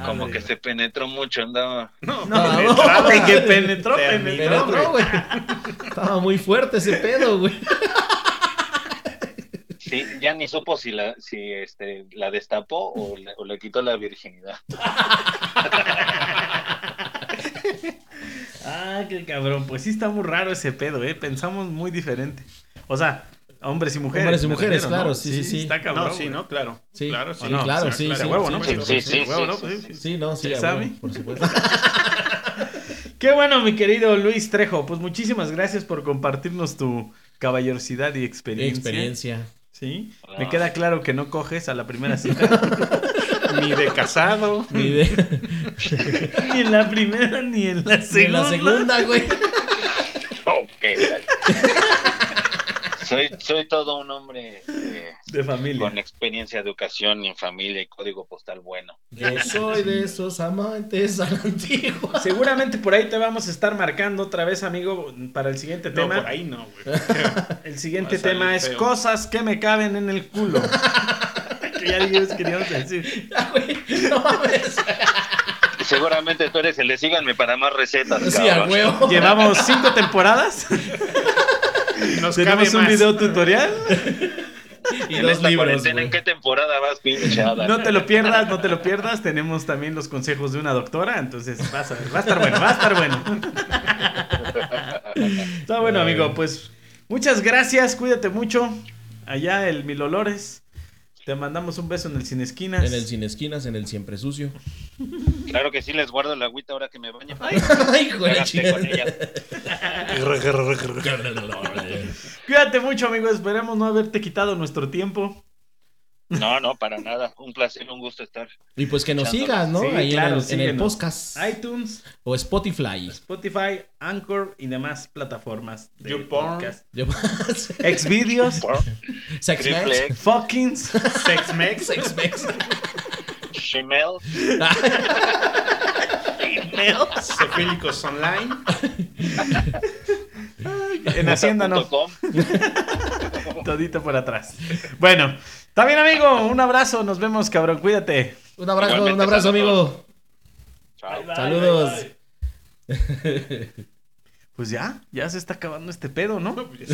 B: Ah,
G: Como que se penetró mucho, andaba.
E: No,
C: No,
E: le traba.
B: Ay, que penetró,
E: Terminó,
B: penetró.
C: Pero no, güey. Estaba muy fuerte ese pedo, güey.
G: Sí, ya ni supo si la, si este, la destapó o le, o le quitó la virginidad.
B: Ah, qué cabrón. Pues sí está muy raro ese pedo, ¿eh? Pensamos muy diferente. O sea, hombres y mujeres.
C: Hombres y
B: me
C: mujeres,
B: refiero,
C: claro,
B: ¿no?
C: sí, sí, sí.
B: Está cabrón.
E: No, sí,
B: güey.
E: ¿no? Claro.
C: Sí.
E: Claro, sí.
C: Sí, claro, sí,
B: claro,
C: sí,
B: a huevo,
C: sí,
B: ¿no?
C: sí,
G: sí, sí,
B: huevo, ¿no?
G: sí, sí, sí.
C: Sí, no, sí,
B: ¿Se
C: a
B: sabe?
C: huevo, por supuesto.
B: Qué bueno, mi querido Luis Trejo. Pues muchísimas gracias por compartirnos tu caballerosidad y experiencia.
C: Experiencia.
B: Sí.
G: Ah.
B: Me queda claro que no coges a la primera cita. (laughs)
E: Ni de casado.
C: Ni de- (laughs)
B: ni en la primera ni en la
C: ni en
B: segunda.
C: la segunda, güey.
G: Ok. soy, soy todo un hombre este,
B: De familia.
G: con experiencia, educación en familia y código postal bueno.
C: Yo soy de esos amantes a la antigua. (laughs)
B: Seguramente por ahí te vamos a estar marcando otra vez, amigo, para el siguiente
E: No,
B: tema.
E: por ahí no, güey.
B: El siguiente
D: Va a salir
B: tema es
D: feo.
B: cosas que me caben en el culo. (laughs) que ya dijimos que íbamos a decir.
C: Ah, güey, No mames.
G: Seguramente tú eres el de síganme para más recetas.
C: (laughs) Sí, a
G: cabrón.
C: huevo.
B: Llevamos cinco temporadas.
E: Y Nos cabe
B: Tenemos un
E: más.
B: video tutorial.
C: Y
G: En
C: dos
G: esta
C: libros.
G: cuarentena, ¿en
C: güey.
G: qué temporada vas, pinchada?
B: No te lo pierdas, no te lo pierdas. Tenemos también los consejos de una doctora. Entonces, vas a ver, va a estar bueno, va a estar bueno. Está bueno, amigo. Pues muchas gracias. Cuídate mucho. Allá el Mil Olores. Te mandamos un beso en el Sin Esquinas.
C: En el sin esquinas, en el siempre sucio.
G: Claro que sí, les guardo la agüita ahora que me bañe.
C: Ay, (laughs) güey.
G: Háganse con ellas.
B: Cuídate mucho, amigo. Esperemos no haberte quitado nuestro tiempo.
G: No, no, para nada. Un placer, un gusto estar.
C: Y pues que nos
G: Chando.
C: sigas, ¿no?
B: Sí,
C: Ahí en
B: claro,
C: el- en, el,
B: síguenos.
C: podcast.
B: iTunes,
C: O Spotify.
B: Spotify, Anchor y demás plataformas de
D: YouPorn.
B: podcast.
C: Yo- (laughs)
B: Exvideos,
C: Sex
G: Triple
C: Mex.
G: X,
B: Fuckings.
E: Sex Mex.
C: Sex Mex.
G: Gmail.
E: Sofílicos Online.
A: (laughs)
B: En Hacienda no,
G: com.
B: todito por atrás. Bueno, está bien, amigo. Un abrazo. Nos vemos, cabrón. Cuídate.
C: Un abrazo, un
G: Igualmente,
C: abrazo, amigo.
G: Chao.
C: Saludos.
B: Pues ya, ya se está acabando este pedo, ¿no?
E: pues,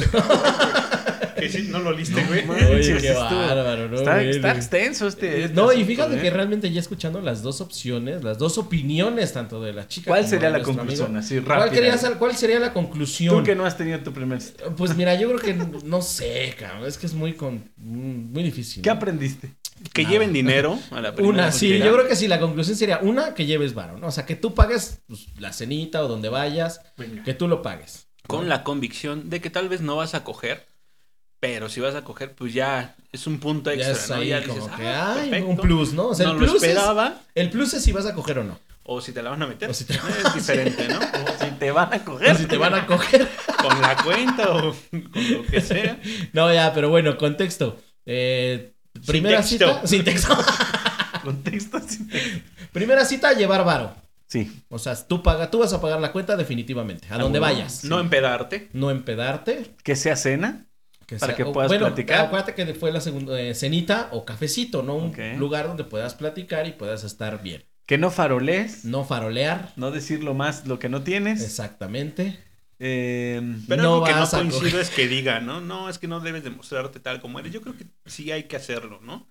E: Que sí, no lo liste, güey.
C: Oye,
B: Sí,
C: qué
B: estuvo-
C: bárbaro, ¿no?
B: Está,
C: güey?
B: está extenso este.
C: Eh,
B: este
C: No, y
B: asunto,
C: fíjate
B: ¿eh?
C: que realmente ya escuchando las dos opciones, las dos opiniones, tanto de la chica
B: ¿Cuál
C: como
B: sería
C: de
B: la
C: nuestro
B: conclusión?
C: amigo,
B: Así
C: ¿Cuál,
B: rápida.
C: querías, ¿Cuál sería la conclusión?
B: Tú que no has tenido tu primer cita.
C: Pues mira, yo creo que (laughs) no sé, cabrón. Es que es muy con... mm, muy difícil.
B: ¿Qué
C: ¿no?
B: aprendiste?
D: Que lleven dinero a la primera.
C: Una, sí,
D: porque-
C: yo creo que sí, la conclusión sería una, que lleves varón, ¿no? O sea, que tú pagues pues, la cenita o donde vayas, que tú lo pagues.
D: Con la convicción de que tal vez no vas a coger, Pero si vas a coger, pues ya es un punto
C: Ya
D: extra,
C: es
D: ¿no?
C: ahí
D: ya
C: como
D: dices,
C: que
D: "Ah,
C: ay,
D: perfecto".
C: un plus, ¿no? O sea,
D: no
C: el
D: lo
C: plus, es,
D: esperaba.
C: el plus es si vas a coger o no.
D: O si te la van a meter.
C: O si te-
D: Es diferente, ¿no?
B: Si te van a coger.
C: O si te van a
A: (laughs)
C: coger.
D: Con la cuenta o con lo que sea.
C: No, ya, pero bueno, contexto. Eh, primera
D: texto.
C: cita. Sin texto. (laughs)
B: Contexto si te-
C: primera cita, llevar varo.
A: Sí.
C: O sea, tú, paga, tú vas a pagar la cuenta definitivamente.
A: Ah,
C: A donde vayas.
D: No empedarte.
C: No empedarte.
A: Que sea cena. Para que
C: o-
A: puedas
C: bueno,
A: platicar.
C: Acuérdate que fue la segunda eh, cenita o cafecito, ¿no? Un
A: Ok.
C: lugar donde puedas platicar y puedas estar bien.
A: Que no farolees.
C: No farolear.
A: No decir lo más lo que no tienes.
C: Exactamente.
B: Em,
A: Eh,
D: Pero
C: No
D: algo que no
C: vas a
D: coincido
C: coger.
D: es que diga, ¿no? No, es que no debes demostrarte tal como eres. Yo creo que sí hay que hacerlo, ¿no?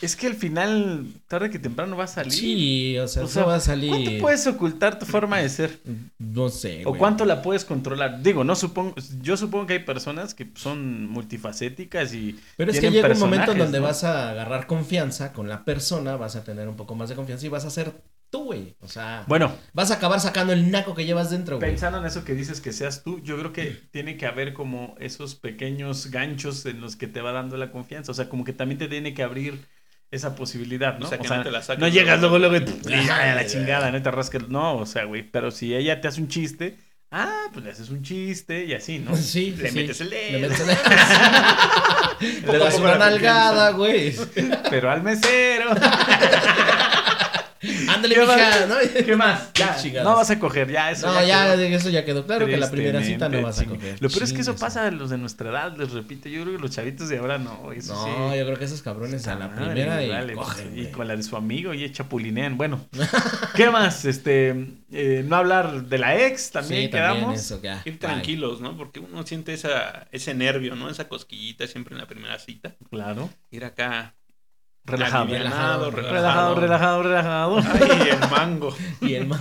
A: es que al final, tarde que temprano va a salir.
C: Sí, o sea,
A: O
C: eso
A: sea,
C: va a salir.
A: ¿Cuánto puedes ocultar tu forma de ser?
C: No sé.
A: ¿O
C: güey.
A: cuánto la puedes controlar? Digo, no supongo, yo supongo que hay personas que son multifacéticas y
C: Pero es que
A: tienen
C: llega un momento en
A: personajes,
C: donde
A: ¿no?
C: vas a agarrar confianza con la persona, vas a tener un poco más de confianza y vas a ser tú, güey. O sea,
A: Bueno,
C: vas a acabar sacando el naco que llevas dentro, güey. (laughs)
A: pensando en eso que dices que seas tú, yo creo que tiene que haber como esos pequeños ganchos en los que te va dando la confianza, o sea, como que también te tiene que abrir esa posibilidad, ¿no?
D: O sea, que no te la saques
A: no llegas luego
D: luego.
A: luego y
C: (laughs)
A: y ya, la chingada, no te rasques, no, o sea, güey, pero si ella te hace un chiste, ah, pues le haces un chiste y así,
C: (laughs)
A: ¿no?
C: Sí,
D: Le
C: sí.
D: metes el dedo.
C: Le
A: (laughs)
C: metes el dedo. Le das una nalgada, güey.
A: Pero al mesero.
C: Ándale,
A: ¿Qué
C: mija,
A: más?
C: ¿no?
A: ¿Qué
C: (laughs)
A: más? Ya,
C: Chingadas.
A: no vas a coger, ya eso.
C: No, ya,
A: quedó.
C: eso ya quedó claro que la primera cita no
A: Tristemente,
C: vas a
A: chingue.
C: coger.
A: Lo peor es que eso
C: Chingues.
A: pasa a los de nuestra edad, les repito. Yo creo que los chavitos de ahora no. Eso sí.
C: No, yo creo que esos cabrones a la
A: Madre,
C: primera y
A: vale,
C: cogen,
A: pues,
C: güey.
A: y con la de su amigo y chapulinean.
C: (laughs)
A: Bueno, ¿qué más? Este, eh, no hablar de la ex, también
C: Sí,
A: quedamos.
C: eso, ya.
D: Ir
C: Bye.
D: tranquilos, ¿no? Porque uno siente esa, ese nervio, ¿no? Esa cosquillita siempre en la primera cita.
A: Claro.
D: Ir acá.
A: Relajado.
D: alivianado,
A: Relajado, relajado, relajado.
C: (laughs)
D: Ay, el mango.
A: (laughs)
C: Y el ma-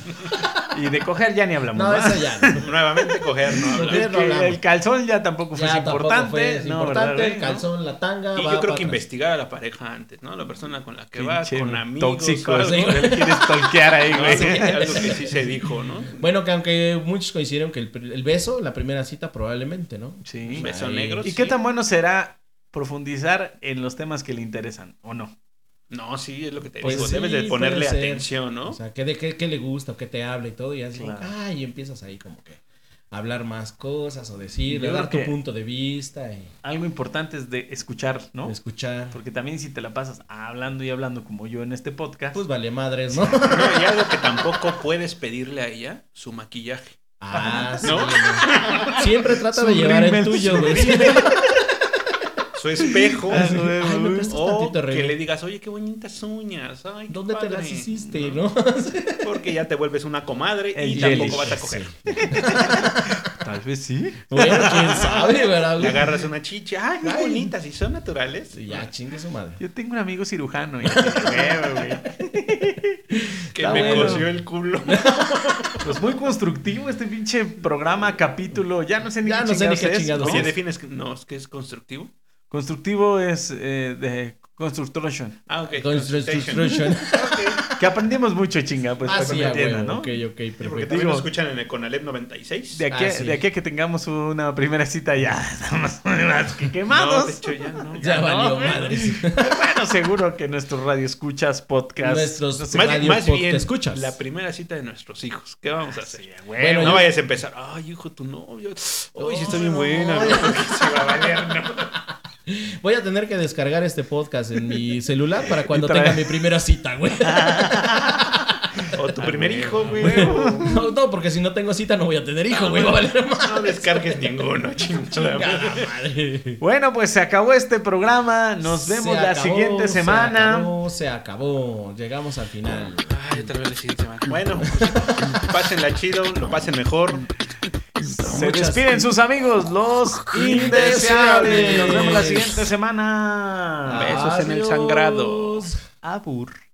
A: Y de coger ya ni hablamos.
C: No,
A: ¿va? (laughs)
C: eso ya. no.
D: Nuevamente coger, no hablar.
A: Es
C: no
A: que
C: hablamos.
A: el calzón ya tampoco
D: Pues
A: fue
C: Ya tampoco
A: importante.
C: fue, es
A: no,
C: importante,
A: ¿verdad,
C: el
A: güey? ¿No?
C: calzón, la tanga.
D: Y
C: va pa'
D: yo creo que
C: atrás.
D: investigar a la pareja antes, ¿no? La persona con la que vas,
A: Pinche
D: con amigos.
A: Tóxicos.
C: (laughs)
D: algo,
A: güey, Quieres tolquear (laughs) ahí,
D: ¿no?
A: güey.
D: Sí, algo que sí se dijo, ¿no?
C: (laughs) Bueno, que aunque muchos coincidieron que el, pr- el beso, la primera cita probablemente, ¿no?
E: Pues
A: Sí.
D: Beso
C: Ahí.
D: negro.
A: ¿Y
D: sí.
A: qué tan bueno será profundizar en los temas que le interesan o no?
D: No, sí, es lo que te
C: Pues
D: digo.
C: sí,
D: Debes de
C: puede
D: ponerle
C: ser.
D: atención, ¿no?
C: O sea, que de qué, qué le gusta, o qué te habla y todo, y así,
A: Claro.
C: ay, y empiezas ahí como que a hablar más cosas o decir,
A: Yo
C: dar tu
A: creo que-
C: punto de vista y
A: Algo importante es de escuchar, ¿no?
C: escuchar.
A: Porque también si te la pasas hablando y hablando como yo en este podcast,
C: Pues vale madres,
D: (laughs)
C: ¿no?
D: No, y algo que tampoco puedes pedirle a ella, su maquillaje.
C: ah, sí.
D: ¿No?
C: güey. Siempre trata de
A: Su
C: llevar el
A: rímel,
C: tuyo,
A: su
C: güey. (laughs)
E: Su espejo.
A: Ah, güey,
C: Ay, me
A: güey.
C: prestas
D: O
C: tantito,
D: Oh, que
C: Rebe?
D: le digas, oye, qué bonitas uñas. Ay, qué
C: ¿Dónde te
D: padre".
C: las hiciste, no?
D: Porque ya te vuelves una comadre
A: El
D: y
C: (laughs)
A: delish.
D: tampoco vas a coger.
A: tal vez sí.
C: Bueno, quién sabe, ¿verdad?
D: Le
C: güey?
D: agarras una chicha, ah, ay, muy
C: Ay.
D: bonitas y son naturales.
C: Sí, ya, chingue su madre.
A: Yo tengo un amigo
C: (laughs)
A: cirujano. y- Güey, güey.
D: Que
C: Está
D: me
C: bueno.
D: coció el
C: (laughs)
D: culo.
A: pues muy constructivo este pinche programa, capítulo. Ya no sé ni
C: Ya
A: qué
C: no sé ni
A: chingados
C: qué
A: es,
C: chingados
A: ¿no?
D: Oye, defines que no, es que es constructivo.
A: Constructivo es eh, de construction.
D: Ah, ok. Construction.
C: Construction.
D: Ok.
A: Que aprendimos mucho, chinga, pues
C: Ah,
A: para que
C: sí,
A: me
C: ah,
A: entiendan,
C: bueno,
A: ¿no?
C: Ok, ok,
D: Sí, Porque
C: perfecto.
D: también
A: Digo-
D: lo escuchan en el Conalep 96.
A: De aquí, a-
C: Ah, sí.
A: de aquí a que tengamos una primera cita ya (laughs) estamos más que
D: no,
A: quemados.
D: de hecho, ya no.
C: Ah, Ya
D: no.
C: valió madres.
A: bueno, seguro que nuestros radioescuchas, podcast.
C: Nuestros
A: no sé,
D: Más,
C: radio
D: más
C: pod-
D: bien,
C: ¿te escuchas?
D: la primera cita de nuestros hijos. ¿Qué vamos a hacer?
A: güey,
D: no
C: yo-
D: vayas a empezar. Ay, hijo, tu novio. Ay, sí está bien
C: no.
D: buena. ¿no? (laughs) Porque se va a valer, ¿no?
C: (laughs) Voy a tener que descargar este podcast en mi celular para cuando
A: Y trae-
C: tenga mi primera cita, güey.
D: O tu primer hijo, güey. o-
C: (laughs) No, no, porque si no tengo cita no voy a tener hijo, güey. Va a valer más.
D: No
C: (laughs)
D: descargues ninguno, chingada. madre.
C: Chingada madre.
A: Bueno, pues se acabó este programa. Nos vemos
C: Se
A: la
C: acabó,
A: siguiente
C: Se
A: semana.
C: acabó, se acabó. Llegamos al final.
D: Ay, otra vez la siguiente semana. Bueno,
A: pues,
D: pásenla chido, lo pasen mejor.
A: Se despiden sus amigos, los indeseables. Nos vemos la siguiente semana.
D: Besos en el sangrado.
C: Adiós.
A: Abur.